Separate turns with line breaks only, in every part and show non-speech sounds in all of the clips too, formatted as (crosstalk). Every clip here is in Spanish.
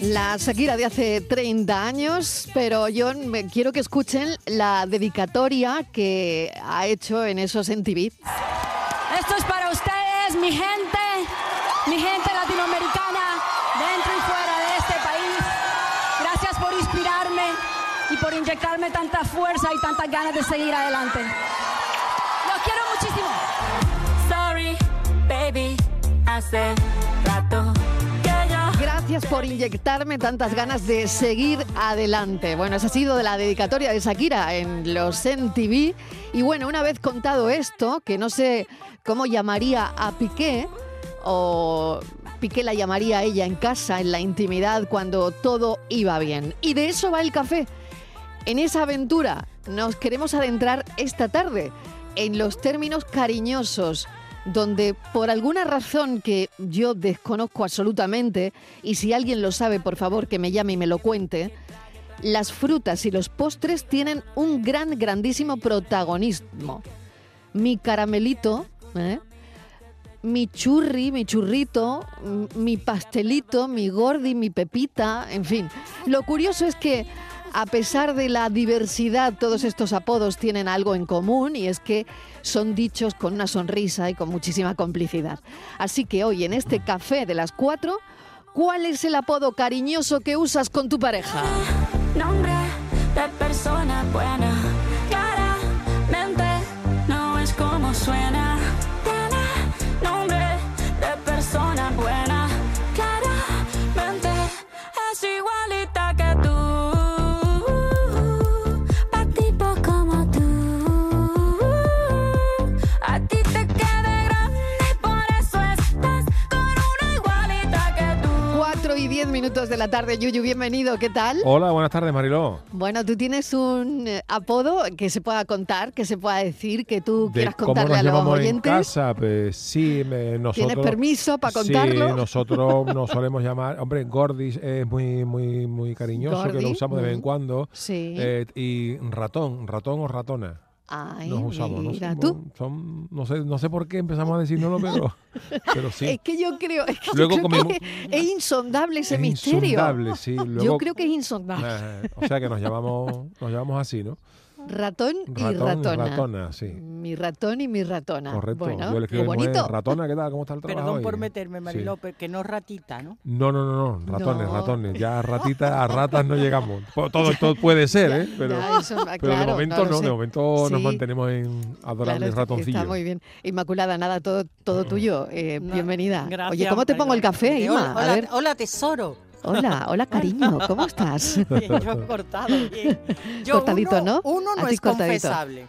La Shakira de hace 30 años, pero yo me- quiero que escuchen la dedicatoria que ha hecho en esos MTV.
Esto es para ustedes, mi gente, mi gente latinoamericana, dentro y fuera de este país. Gracias por inspirarme y por inyectarme tanta fuerza y tantas ganas de seguir adelante. Los quiero muchísimo.
Sorry, baby, hace rato que yo
Gracias por inyectarme tantas ganas de seguir adelante. Bueno, esa ha sido la dedicatoria de Shakira en los MTV. Y bueno, una vez contado esto, que no sé cómo llamaría a Piqué, o Piqué la llamaría a ella en casa, en la intimidad, cuando todo iba bien. Y de eso va el café. En esa aventura nos queremos adentrar esta tarde en los términos cariñosos, donde por alguna razón que yo desconozco absolutamente, y si alguien lo sabe, por favor que me llame y me lo cuente, las frutas y los postres tienen un gran, grandísimo protagonismo. Mi caramelito, ¿eh? mi churri, mi churrito, m- mi pastelito, mi gordi, mi pepita, en fin. Lo curioso es que a pesar de la diversidad, todos estos apodos tienen algo en común y es que son dichos con una sonrisa y con muchísima complicidad. Así que hoy en este café de las cuatro, ¿cuál es el apodo cariñoso que usas con tu pareja?
nombre de persona buena. Claramente no es como suena. Tiene nombre de persona buena. Claramente es igualita que tú. Pa' tipo como tú. A ti te queda grande, por eso estás con una igualita que tú.
4 y 10 minutos de la tarde, Yuyu, bienvenido, ¿qué tal?
Hola, buenas tardes, Mariló.
Bueno, tú tienes un eh, apodo que se pueda contar, que se pueda decir, que tú
De
quieras
cómo
contarle
nos
a los
llamamos en
oyentes.
casa, pues sí, me- nosotros...
permiso pa' contarlo?
Sí, nosotros
(laughs)
nos solemos llamar... Hombre, Gordis es muy, muy, muy cariñoso, que
Gordi,
lo usamos de vez en
ujú.
cuando.
mm, Sí.
Eh, y ratón, ratón o ratona.
Ay,
Nos usamos, ¿no?
mira
Son-
tú.
son- no, sé, no sé por qué empezamos a decirnoslo,
(laughs)
pero, pero sí.
Es que yo creo, es que yo
Luego
creo
comemos-
que es insondable ese
es
misterio.
insondable, sí.
yo
Luego-
creo que es insondable.
Eh, o sea que nos llamamos, nos llamamos así, ¿no?
Ratón, y
Ratón
ratona.
ratona, sí.
Mi ratón y mi ratona.
Correcto.
Bueno,
Yo le escribo
qué
a mi mujer,
bonito.
Ratona, ¿qué tal? ¿Cómo está el trabajo?
Perdón
Y-
por meterme,
sí.
Mariló, pero que no ratita, ¿no?
No, no, no, no, ratones,
No. (laughs)
ratones. Ya a ratitas, a ratas no llegamos. Po- Todo, todo puede ser, ¿eh? Pero,
Ya, eso, ah,
pero de
claro,
momento
no
no,
lo sé.
de momento nos
Sí.
mantenemos en
Claro,
adorables
está-
ratoncillos.
Está muy bien. Inmaculada, nada, todo, todo tuyo. Eh,
No,
bienvenida.
gracias,
Oye, ¿cómo te
Mariló.
pongo el café,
Eh,
Ima?
hola,
A ver.
hola, hola,
(laughs)
tesoro. (laughs)
(laughs)
Hola, hola, cariño. ¿Cómo (laughs) estás?
Bien, yo he cortado bien. Yo,
Cortadito,
uno,
¿no?
Uno
A
no
ti
es
cortadito.
confesable.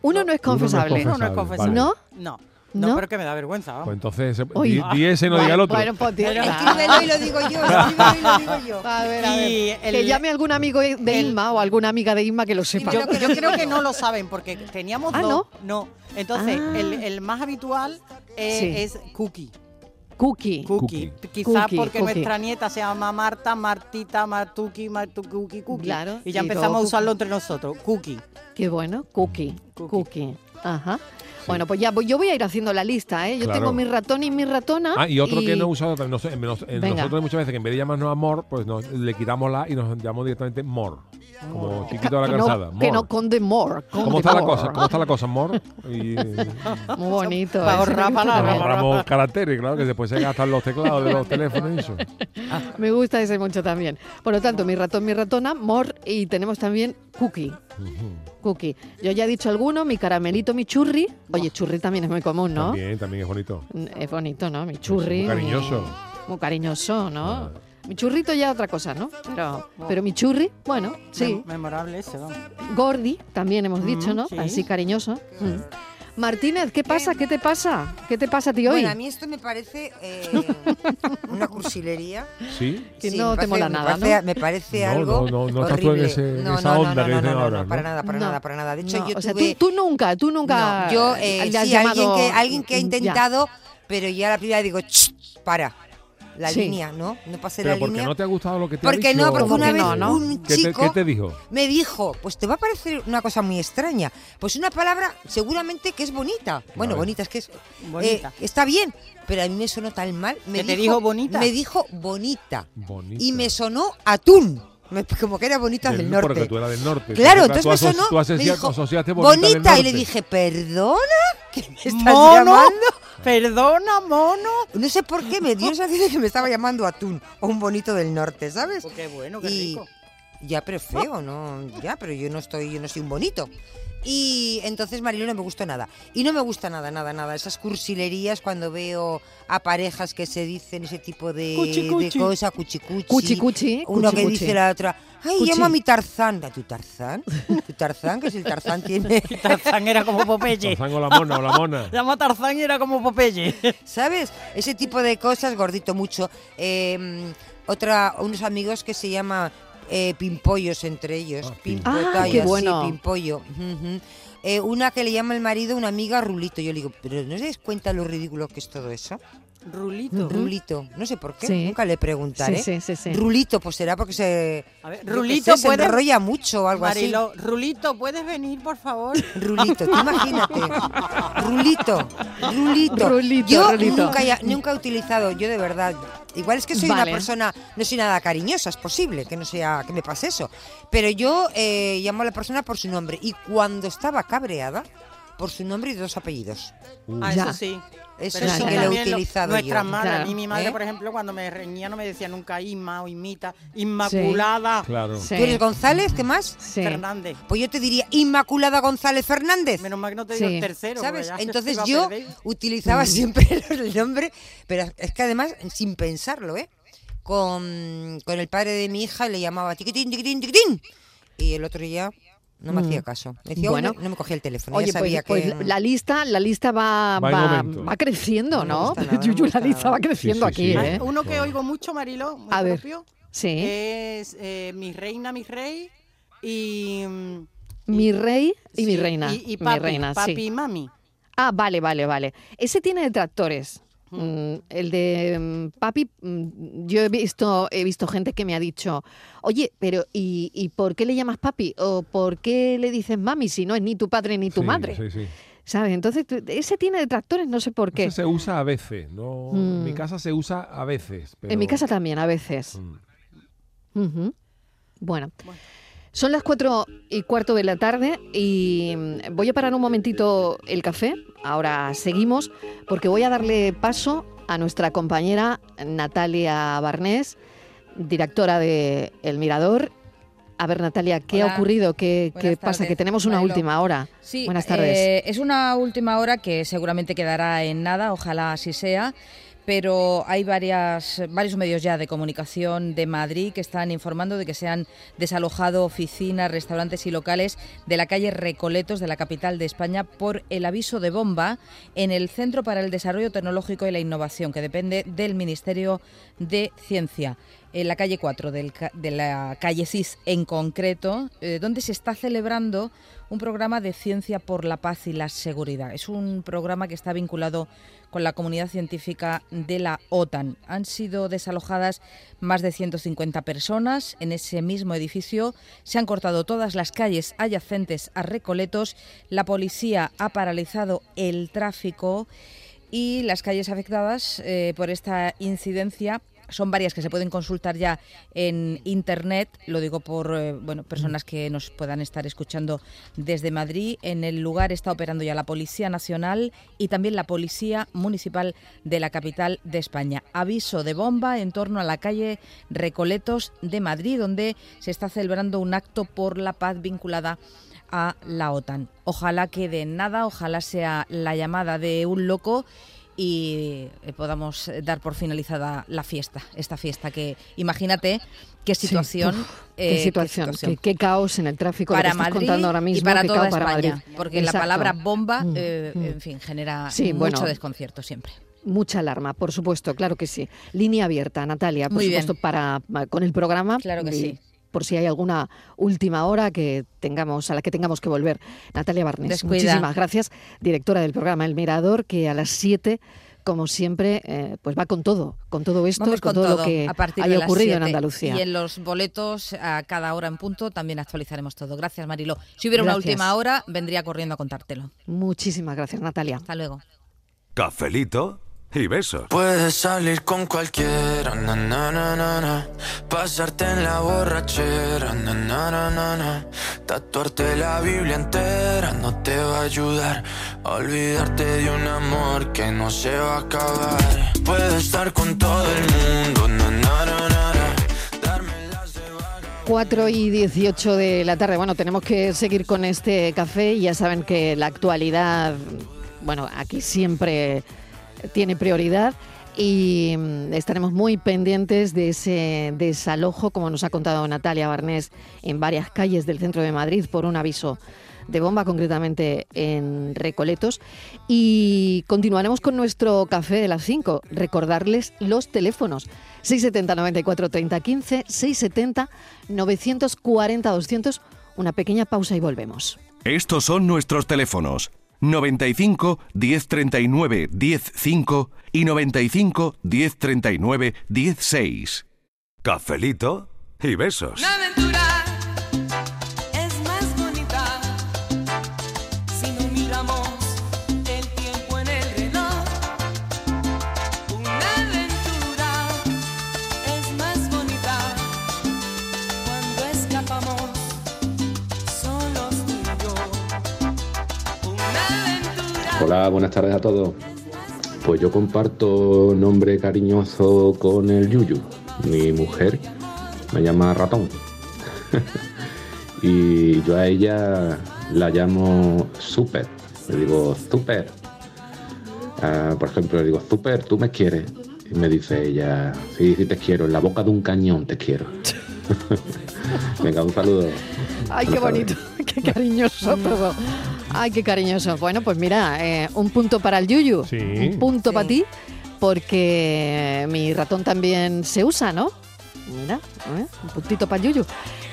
Uno no es confesable.
Uno no es
Confesable,
confesable.
¿No?
No, no,
¿No?
pero que me da vergüenza. vamos.
Pues entonces, ese-
Uy.
di, di ese no diga el
Bueno,
otro.
Bueno, pues tienes razón.
Escríbelo y lo digo yo, escríbelo y lo digo yo.
A ver, a ver.
Y el-
que llame algún amigo de
el-
Inma o alguna amiga de Inma que lo sepa.
Yo, yo creo que
(laughs)
no lo saben porque teníamos
Ah,
dos. No. Entonces,
Ah.
el, el más habitual eh,
Sí.
es Cookie.
Cookie.
Cookie.
Cookie.
Quizás
Cookie,
porque
Cookie.
nuestra nieta se llama Marta, Martita, Martuki, Martu, Cookie, Cookie.
Claro,
Y ya
y luego
empezamos a
Cookie.
usarlo entre nosotros. Cookie.
Qué bueno. Cookie. Cookie.
Cookie.
Ajá. Bueno, pues ya voy- yo voy a ir haciendo la lista, ¿eh? Yo
Claro.
tengo mi ratón y mi ratona.
Ah, y otro que no he usado también. nos- en- nos- en
Venga.
nosotros muchas veces que en vez de llamarnos amor, pues nos, le quitamos la y nos llamamos directamente mor. Como chiquito de la
que no-
calzada.
que
mor.
no con de more. con
¿Cómo
de
está la
more.
cosa? ¿Cómo está la cosa, mor? Y,
(laughs) Muy bonito.
Para
eso.
ahorrar
Nos
palabras.
ahorramos caracteres, claro, que después se gastan los teclados de los teléfonos y eso.
Me gusta ese mucho también. Por lo tanto, mi ratón, mi ratona, mor y tenemos también cookie. Cookie. Yo ya he dicho alguno, mi caramelito, mi churri. Oye, churri también es muy común, ¿no?
También, también es bonito.
Es bonito, ¿no? Mi churri.
muy cariñoso.
mi- Muy cariñoso, ¿no?
Ah.
Mi churrito ya otra cosa, ¿no? Pero, pero mi churri, bueno, sí.
Mem- Memorable ese, vamos.
Gordi, también
Mm,
hemos dicho, ¿no?
sí.
Así cariñoso. Mm. Martínez, ¿qué pasa? ¿Qué te pasa? ¿Qué te pasa a ti hoy?
Em, Bueno, a mí esto me parece eh, una cursilería.
¿Sí?
Que
Sí,
no
me
te mola
me
nada,
parece-
¿no?
Me parece
No,
algo
no, no, no estás tú en
horrible.
ese- esa onda que dicen ahora, ¿no?
para nada, para
No.
nada, para nada. De hecho,
No,
yo
o sea, tú,
tuve...
tú nunca, tú nunca.
No, yo, eh,
le has
sí, alguien
llamado-
que, alguien que ha
Ya.
intentado, pero ya la primera digo, "Ch, para. la
Sí.
línea, ¿no? No pasé
Pero
la
porque
línea.
no te ha gustado lo que te ha
porque
dicho.
no, porque
¿Cómo
una
que
vez
no, no?
un
¿Qué te-
chico
¿Qué te dijo?
me dijo, pues te va a parecer una cosa muy extraña. Pues una palabra seguramente que es bonita. Bueno,
ver.
bonita es que es...
Bonita.
eh, está bien, pero a mí me sonó tan mal. Me
¿Que te dijo bonita?
Me dijo bonita.
Bonita.
Y me sonó atún. Me- como que era bonita del,
Del-
norte.
Porque tú eras del norte.
Claro,
Tú
entonces me
aso-
sonó.
Tú
me
asocia-
dijo,
asociaste bonita,
bonita.
del norte.
y le dije, ¿perdona? ¿Que me estás
¿Mono?
llamando?
Perdona, mono.
No sé por qué me dio esa idea que me estaba llamando atún o un bonito del norte, ¿sabes?
Oh, Qué bueno, qué
Y-
rico.
Ya, pero feo, no, ya, pero yo no estoy, yo no soy un bonito. Y entonces Marilo no me gustó nada. Y no me gusta nada, nada, nada. Esas cursilerías cuando veo a parejas que se dicen ese tipo de,
Cuchi,
de
cuchi.
cosas, cuchicuchi.
Cuchi, cuchi,
Uno
cuchi,
que
cuchi.
dice la otra, ay,
Cuchi.
llamo a mi Tarzán. ¿A tu Tarzán? ¿Tu Tarzán? Que si el Tarzán tiene...
(laughs) Tarzán era como Popeye.
Tarzán o la mona o la mona.
(laughs) Llama a Tarzán y era como Popeye.
(laughs) ¿Sabes? Ese tipo de cosas, gordito mucho. Eh, otra, unos amigos que se llama eh, Pimpollos entre ellos.
Ah,
Pimpota
Ah,
y
qué
así,
bueno.
Pimpollo. Ujú. Eh, una que le llama el marido una amiga Rulito. Yo le digo, ¿pero no os dais cuenta lo ridículo que es todo eso?
Rulito.
Rulito. No sé por qué,
Sí.
nunca le preguntaré.
Sí, sí, sí, sí.
Rulito, pues será porque se.
A ver,
yo qué
Rulito
sé, se
puede-
enrolla mucho o algo así.
Mariló, Rulito, ¿puedes venir, por favor?
Rulito, tú imagínate.
(laughs)
Rulito, rulito.
Rulito,
yo
rulito.
Nunca, ya- nunca he utilizado, yo de verdad. Igual es que soy
Vale.
una persona, no soy nada cariñosa, es posible que no sea, que me pase eso. Pero yo eh, llamo a la persona por su nombre y cuando estaba cabreada, por su nombre y dos apellidos.
Ah,
Ya.
eso sí.
Eso
Pero
sí
eso
que lo he
también
utilizado
nuestra
yo.
madre, a mí
Claro.
mi madre,
¿Eh?
por ejemplo, cuando me reñía no me decía nunca Inma o Imita, Inmaculada
Claro.
Sí.
¿Tú eres González? ¿Qué más?
Sí.
Fernández.
Pues yo te diría Inmaculada González Fernández.
Menos mal que no te digo
Sí. Mm.
el tercero. porque
¿Sabes?
ya
Entonces
iba a
yo
perder.
utilizaba siempre (laughs) el nombre, pero es que además, sin pensarlo, ¿eh? Con, con el padre de mi hija le llamaba tiquitín, tiquitín, tiquitín. Y el otro día no me hacía caso. Me decía,
Mm. Bueno.
bueno, no me cogía el teléfono.
Oye,
ya sabía
pues, pues
que.
la lista, la lista va,
Va en
va,
aumento.
va
No
creciendo,
me
¿no?
gusta nada, no me
(laughs) Yuyu, la
gusta
lista
nada.
va creciendo
Sí, sí,
aquí,
sí.
¿eh?
Ay,
Ah, Uno que oigo mucho, Marilo, muy
A ver.
propio,
Sí.
es eh, Mi Reina, Mi Rey y... mm,
mi rey y mi
sí,
reina.
Y, y
mi
papi,
reina,
papi
sí.
y mami.
Ah, vale, vale, vale. Ese tiene detractores. Mm, el de mm, papi, mm, yo he visto, he visto gente que me ha dicho, oye, pero ¿y, y por qué le llamas papi? ¿O por qué le dices mami si no es ni tu padre ni tu
Sí,
madre?
Sí, sí.
¿Sabes? Entonces, tú- ese tiene detractores, no sé por qué.
Eso se usa a veces, ¿no? En mi casa se usa a veces. pero-
Mm. En mi casa también, a veces.
Mm.
Ujú. Bueno. Son las cuatro y cuarto de la tarde y mm, voy a parar un momentito el café. Ahora seguimos porque voy a darle paso a nuestra compañera Natalia Barnés, directora de El Mirador. A ver, Natalia, ¿qué
Hola.
ha ocurrido? ¿Qué, qué
Buenas
pasa? Que
tardes,
tenemos una
Mariló.
última hora.
Sí,
Buenas tardes.
eh, es una última hora que seguramente quedará en nada, ojalá así sea, pero hay varias, varios medios ya de comunicación de Madrid que están informando de que se han desalojado oficinas, restaurantes y locales de la calle Recoletos de la capital de España por el aviso de bomba en el Centro para el Desarrollo Tecnológico y la Innovación, que depende del Ministerio de Ciencia en eh, la calle 4 del ca- de la calle CIS en concreto, eh, donde se está celebrando un programa de ciencia por la paz y la seguridad. Es un programa que está vinculado con la comunidad científica de la OTAN. Han sido desalojadas más de 150 personas en ese mismo edificio. Se han cortado todas las calles adyacentes a Recoletos. La policía ha paralizado el tráfico y las calles afectadas eh, por esta incidencia son varias que se pueden consultar ya en internet, lo digo por eh, bueno, personas que nos puedan estar escuchando desde Madrid. En el lugar está operando ya la Policía Nacional y también la Policía Municipal de la capital de España. Aviso de bomba en torno a la calle Recoletos de Madrid, donde se está celebrando un acto por la paz vinculada a la OTAN. Ojalá quede en nada, ojalá sea la llamada de un loco y eh, podamos eh, dar por finalizada la fiesta, esta fiesta que imagínate qué
Sí,
situación,
uf,
eh,
qué
qué
situación, qué,
situación.
qué caos en el tráfico lo que
para
estás
Madrid
contando ahora mismo,
y para
qué
toda
caos
España,
para Madrid.
porque
Exacto.
la palabra bomba,
Mm,
eh,
mm.
en fin, genera
Sí,
mucho
bueno.
desconcierto siempre.
Mucha alarma, por supuesto, claro que sí. Línea abierta, Natalia, por
Muy bien.
supuesto, para con el programa.
Claro que
y
sí.
Por si hay alguna última hora que tengamos, a la que tengamos que volver. Natalia Barnes,
Descuida.
muchísimas gracias, directora del programa El Mirador, que a las 7 como siempre, eh, pues va con todo, con todo esto,
Vamos
y con, todo, lo que
a partir
haya
de las
ocurrido en
siete.
Andalucía.
Y en los boletos a cada hora en punto también actualizaremos todo. Gracias, Marilo. Si hubiera una
Gracias.
última hora, vendría corriendo a contártelo.
Muchísimas gracias, Natalia.
Hasta luego.
Cafelito y besos.
Puedes salir con cualquiera, na, na, na, na, na. pasarte en la borrachera, na, na, na, na, na. tatuarte la Biblia entera no te va a ayudar a olvidarte de un amor que no se va a acabar. Puedes estar con todo el mundo, na, na, na, na, na.
4 y 18 de la tarde. Bueno, tenemos que seguir con este café. Ya saben que la actualidad, bueno, aquí siempre tiene prioridad y mm, estaremos muy pendientes de ese desalojo, como nos ha contado Natalia Barnés, en varias calles del centro de Madrid por un aviso de bomba, concretamente en Recoletos. Y continuaremos con nuestro café de las 5. Recordarles los teléfonos. 670 94 30 15, 670 940 200. Una pequeña pausa y volvemos.
Estos son nuestros teléfonos. 95 1039 105 y 95 1039 16. Cafelito y besos.
Una aventura es más bonita si no miramos el tiempo en el reloj. Una aventura es más bonita cuando escapamos solos tú y yo. Una aventura.
Hola, buenas tardes a todos. Pues yo comparto nombre cariñoso con el Yuyu. Mi mujer me llama Ratón. (laughs) y yo a ella la llamo Super. Le digo Super. Ah, por ejemplo, le digo Super, tú me quieres. Y me dice ella, sí, sí te quiero. En la boca de un cañón te quiero. (laughs) Venga, un saludo.
Ay, qué
Buenas tardes.
bonito, (laughs) qué cariñoso todo. Ay, qué cariñoso. Bueno, pues mira, eh, un punto para el Yuyu,
Sí.
un punto para ti, porque mi ratón también se usa, ¿no? Mira, ¿eh? un puntito para el Yuyu.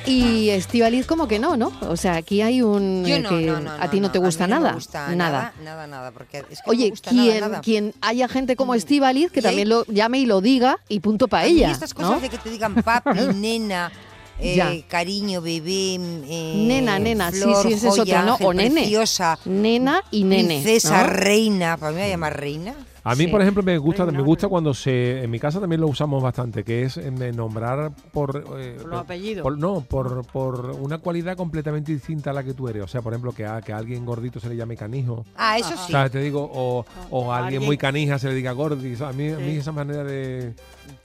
Y Estivaliz como que no, ¿no? O sea, aquí hay un...
Yo
eh,
no,
que
no, no,
a ti no, te
a mí
gusta
no me
nada.
gusta
nada.
nada, nada, nada, porque es que no me
Oye,
gusta nada,
quien,
nada. Mm.
quien haya gente como Estivaliz que
Y ahí-
también lo llame y lo diga y punto para
A mí
ella.
estas cosas
¿no?
de que te digan
(laughs)
papi, nena, eh,
Ya.
cariño, bebé, eh,
Nena, nena, sí,
flor,
sí, ese es
joya,
otro, ¿no?
ángel
O nene.
preciosa,
Nena y nene.
princesa,
¿no?
reina, para mí me va a llamar reina.
A mí,
Sí.
por ejemplo, me gusta, me gusta cuando se. En mi casa también lo usamos bastante, que es eh, me nombrar por. eh,
Por los apellidos.
por- no, por, por una cualidad completamente distinta a la que tú eres. O sea, por ejemplo, que a, que a alguien gordito se le llame canijo.
Ah, eso sí.
¿Sabes? Te digo, o, o a alguien
Alguien-
muy canija se le diga gordi. O sea, A mí, a mí
Sí.
esa manera de.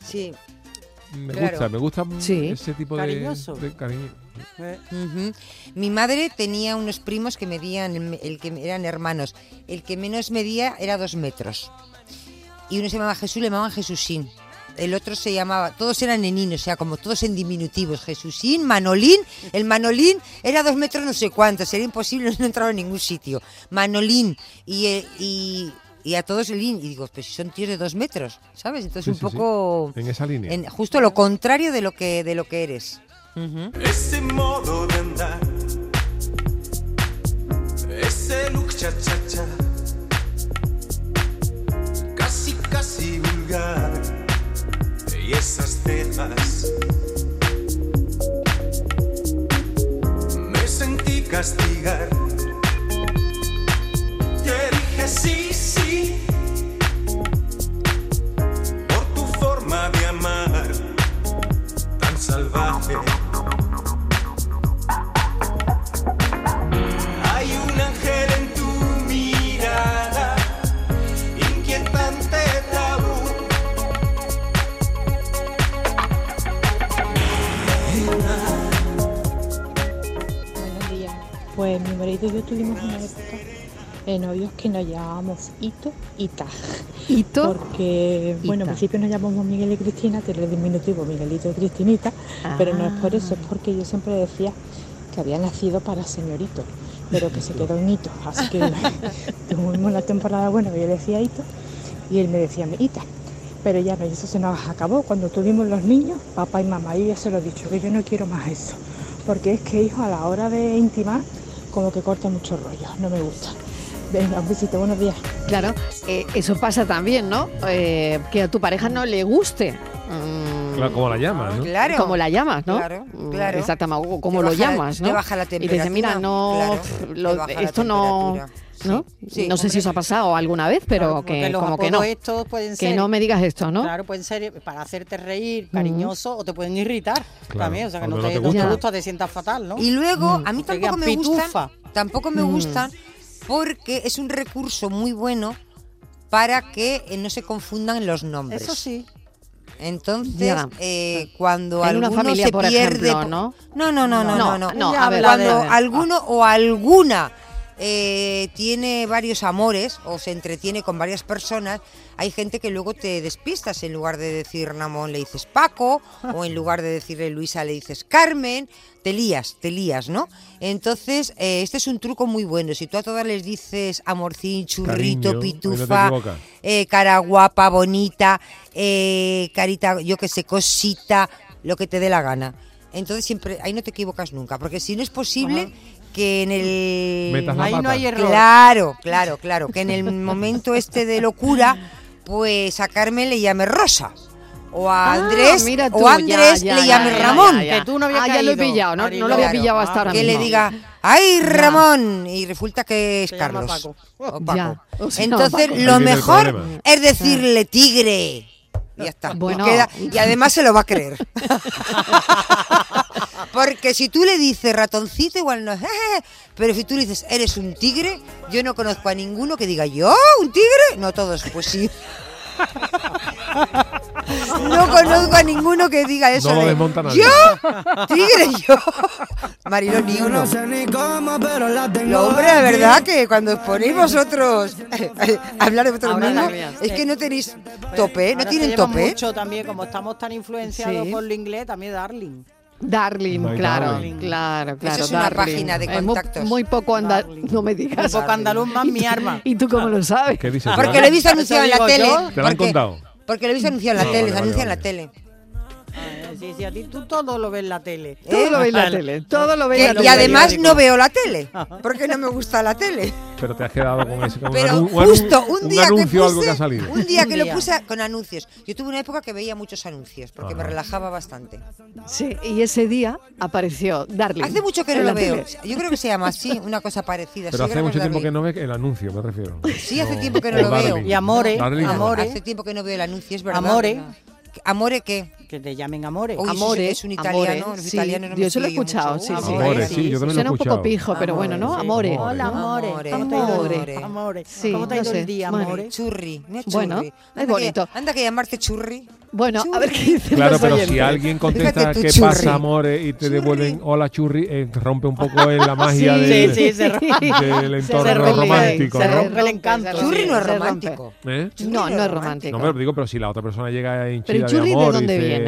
Sí.
Me
Claro.
gusta, me gusta mm,
Sí.
ese tipo de.
Cariñoso.
de cariño.
Eh,
Ujú. Mi madre tenía unos primos que medían, el- el que eran hermanos. El que menos medía era dos metros. Y uno se llamaba Jesús, le llamaban Jesusín. El otro se llamaba, todos eran neninos, o sea, como todos en diminutivos. Jesusín, Manolín. El Manolín era dos metros no sé cuántos, era imposible, no entraba en ningún sitio. Manolín. Y, eh, y, y a todos el Lin. Y digo, pues si son tíos de dos metros, ¿sabes? Entonces
Sí,
un
sí, sí.
poco...
En esa línea.
en- justo lo contrario de lo que, de lo que eres. Ujú.
Ese modo de andar, ese look cha cha cha, casi casi vulgar, y esas cejas. Me sentí castigar, te dije sí, sí, por tu forma de amar, tan salvaje. Hay un ángel en tu mirada, inquietante tabú.
Buenos días. Pues mi marido y yo tuvimos una época de novios que nos llamábamos Ito y Taj.
Hito.
Porque, Pues, bueno,
Ita.
en principio nos llamamos Miguel y Cristina, que era el diminutivo Miguelito y Cristinita, pero no es por eso, es porque yo siempre decía que había nacido para señorito, pero que se quedó en Ito. Así que tuvimos la temporada, bueno, yo le decía Ito y él me decía Ita. Pero ya no, y eso se nos acabó. Cuando tuvimos los niños, papá y mamá, y ya se lo he dicho, que yo no quiero más eso. Porque es que, hijo, a la hora de intimar, como que corta mucho rollo, no me gusta. Venga, un besito, buenos días.
Claro, eh, eso pasa también, ¿no? Eh, que a tu pareja no le guste.
Claro, como la llamas, ¿no?
Claro. Como la llamas, ¿no?
Claro,
Mm,
claro.
Exactamente, o como
Te
lo
baja la-
llamas, ¿no?
te baja la
Y te dice,
temperatura,
mira, no,
claro,
pff,
te
lo-
baja la
esto no... ¿no?
Sí,
no sé si os ha pasado alguna vez, pero
Porque
que
los
como que
apodos
no.
estos pueden
que
ser-
no me digas esto, ¿no?
Claro, pueden ser eh, para hacerte reír, cariñoso, o te pueden irritar también. O sea, que no
cuando
te,
no te
no te
gusta.
gusta, te sientas fatal, ¿no?
Y luego, a mí
Te digan
tampoco me
pitufa.
gustan, tampoco me
Mm.
gustan, porque es un recurso muy bueno para que eh, no se confundan los nombres.
Eso sí.
Entonces,
Ya.
eh, cuando
En una
alguno
familia,
se
por
pierde,
ejemplo,
po-
¿no?
no, no, no, no,
No,
no,
no,
Ella
a ver,
habla de-
a
cuando
ver.
alguno o alguna eh, tiene varios amores o se entretiene con varias personas, hay gente que luego te despistas. En lugar de decir Ramón le dices Paco, o en lugar de decirle Luisa le dices Carmen, te lías, te lías, ¿no? Entonces, eh, este es un truco muy bueno. Si tú a todas les dices amorcín, churrito,
Cariño, ahí no te
pitufa,
equivocas.
eh, cara guapa, bonita, eh, carita, yo que sé, cosita, lo que te dé la gana. Entonces siempre, ahí no te equivocas nunca, porque si no es posible que en el...
Metas la Ahí no pata. hay error.
Claro, claro, claro, que en el momento este de locura, pues a Carmen le llame Rosa. O a
Ah,
Andrés,
mira tú,
o a Andrés
ya, ya,
le
ya,
llame
ya,
Ramón.
ya, ya. Que tú no habías Ah, ya lo he caído, pillado, no- no lo había pillado hasta ahora
Que
mismo.
le diga, ¡ay, Ramón! Y resulta que es Carlos. O Paco.
Ya. O sea,
Entonces,
Paco.
lo
Ahí viene el
mejor
problema.
es decirle tigre. Y Ya está. Y
Bueno.
queda- y además se lo va a
(laughs)
creer. Porque si tú le dices ratoncito, igual no es. "Eh", Pero si tú le dices, eres un tigre, yo no conozco a ninguno que diga, ¿yo? ¿Un tigre? No todos, pues sí. No conozco a ninguno que diga eso.
No lo
de,
desmonta nadie.
¿Yo? ¿Tigre yo? (laughs) Marilo, ni uno. Lo hombre, la verdad que cuando os ponéis vosotros a hablar de vosotros
Ahora
mismos,
también.
es que no tenéis tope, ¿eh? no
Ahora se
tienen
lleva
tope. ¿eh?
mucho también, como estamos tan influenciados
Sí.
por el inglés, también darling.
Darling,
Ay,
claro,
darling.
claro, claro.
es una
darling.
página de
Eh, muy-
contactos.
Muy, poco andaluz, no me digas.
Muy poco andaluz, más
(laughs) ¿Y tú-
mi arma.
¿Y tú cómo lo sabes?
¿Qué dices?
Porque lo he visto anunciado en la
digo
tele.
yo.
Te lo
porque-
han contado.
Porque lo he visto anunciado en
Ah,
la tele,
vale,
se
vale,
anuncia en la
vale.
tele.
Ah, eh, Sí, sí, a ti tú todo lo ves en la
¿Eh?
tele.
Todo lo ve en la
Vale.
tele, todo lo ve en
Que-
la
y
tele.
además no veo la tele, porque no me gusta la tele.
Pero te has quedado con ese. Con
Pero
anun- anun-
justo un día que
anuncio o algo
puse-
que ha salido.
Un día
Un
que lo
día.
puse con anuncios. Yo tuve una época que veía muchos anuncios, porque
Ah.
me
Ajá.
relajaba bastante.
Sí, y ese día apareció Darling.
Hace mucho que
en
no
la
lo veo.
tele.
Yo creo que se llama así, una cosa parecida.
Pero
sí,
hace
creo
mucho
es
tiempo
Darling.
que no ve el anuncio, me refiero.
Sí, hace tiempo que no
o
lo veo.
Darling.
Y amores,
Darling, no.
amores.
Hace tiempo que no veo el anuncio, es verdad.
Amore.
¿Amore qué?
Que te llamen amore.
Uy, eso es-
Amore,
es un
amore,
italiano, los
sí,
italianos no me
yo eso lo he
fío yo
escuchado,
mucho.
sí, sí.
Amore, sí, yo también lo he
Suena un poco
escuchado.
pijo, pero bueno, ¿no? Amore.
Hola, amore.
Amore.
¿Cómo te ha ido el
Amore.
día? Amore.
Sí,
¿Cómo te ha
no
ido
sé.
el día,
Bueno.
amore?
Churri, mira, churri.
Bueno, es
Anda que-
bonito.
anda que llamarte churri.
Bueno, a ver qué (laughs) dicen
Claro,
los
pero si
oyentes.
alguien contesta
Fíjate tú,
qué
churri.
pasa, amores, y te devuelven hola, churri, eh, rompe un poco eh, la magia
(laughs) Sí,
del,
sí, sí, se rompe.
(laughs) del entorno
Se rompe,
romántico,
se
¿no?
rompe.
El encanto.
Churri no es
Se rompe.
romántico.
¿Eh?
No, no es romántico.
No me lo digo, pero si la otra persona llega hinchida
Pero el
de
churri,
amor
¿de dónde
y dice,
viene?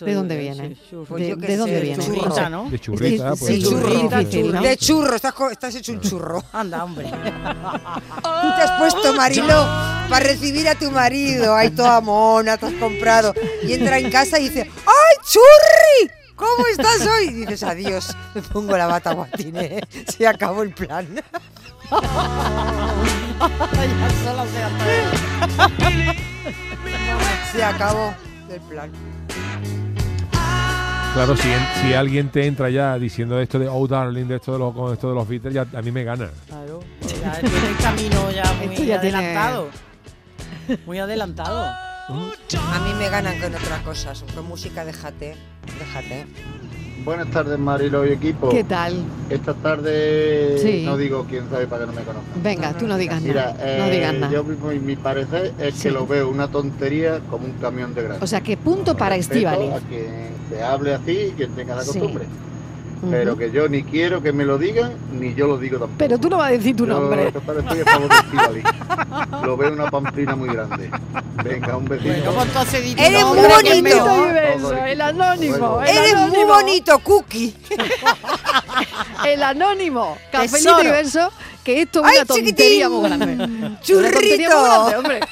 ¿De dónde viene?
Pues
¿De,
yo qué
de dónde
sé,
viene?
churrita,
O sea,
¿no?
De churrita,
es que-
pues.
sí, churrita,
Churro.
churrita.
De churro, estás, co- estás hecho un (laughs) churro.
Anda, hombre.
Tú te has puesto Marilo para recibir a tu marido. Ay, toda mona, te has comprado. Y entra en casa y dice, ¡ay, churri! ¿Cómo estás hoy? Y dices, adiós, me pongo la bata guatine. Se acabó el plan.
Ya solo se atreve.
(laughs) Se acabó el plan.
Claro, si, en- si alguien te entra ya diciendo esto de Oh Darling, de esto de los, con esto de los Beatles, ya a mí me gana.
Claro. Ya tiene el camino ya muy
Esto ya tiene-
adelantado. Muy adelantado.
A mí me ganan con otras cosas. Con música, déjate. Déjate.
Buenas tardes, Marilo y equipo.
¿Qué tal?
Esta tarde
Sí.
no digo quién sabe para que no me conozca.
Venga, tú no digas nada.
Mira,
no
eh,
digas nada.
yo mi, mi parecer es que lo veo una tontería como un camión de grasa.
O sea, que punto para Estivali.
A quien se hable así y quien tenga la
Sí.
costumbre.
Ujú.
Pero que yo ni quiero que me lo digan, ni yo lo digo tampoco.
Pero tú no vas a decir tu
Yo,
nombre.
esta
(laughs)
tarde estoy a favor de Estíbaliz. Lo veo una pamplina muy grande. Venga, un besito.
Como entonces di tu
Eres
nombre,
muy
que me-
bonito.
Esto y beso, el anónimo. El
Eres muy
anónimo,
bonito, Cookie.
El anónimo. Cafelito
Tesoro.
y beso, que esto es
¡Ay,
una tontería
chiquitín! (laughs)
muy grande. Una tontería muy grande,
Churrito.
hombre.
(laughs)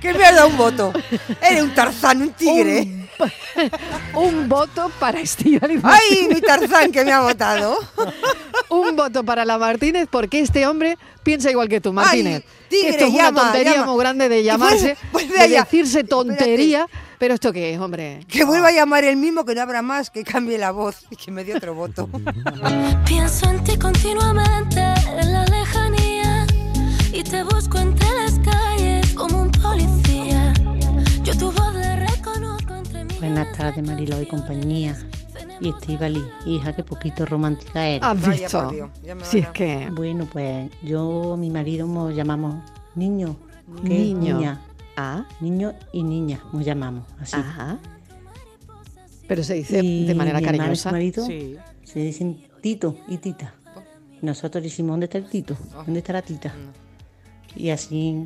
Que me has dado un voto. Eres un tarzán, un tigre.
(laughs) Un voto para Estivali.
¡Ay, mi Tarzán que me ha votado!
(laughs) un voto para la Martínez porque este hombre piensa igual que tú, Martínez.
tigre,
esto es
llama,
una tontería
llama.
muy grande de
Que
llamarse,
(laughs) vuelve- vuelve
de
allá.
decirse tontería. Pero esto qué es, hombre. Ah.
Que vuelva a llamar el mismo, que no habrá más, que cambie la voz y que (laughs) me dé otro voto.
Pienso en ti continuamente en la lejanía y te busco entre las calles como un policía. Yo tu voz le reconozco entre mí.
Buenas tardes, Mariló y compañía. Y Estivali, hija, qué poquito romántica eres.
Has Ah, Vaya, visto. por Dios, ya me Si van a- es que-
Bueno, pues yo, mi marido, nos llamamos niño. ¿qué?
Niño. Ah.
Niña. Niño y niña, nos llamamos así.
Pero se dice de manera
mi hermano y su
cariñosa.
marido
Sí.
se dicen Tito y Tita. Nosotros decimos, ¿dónde está el Tito?
Oh.
¿Dónde está la Tita?
Mm.
Y así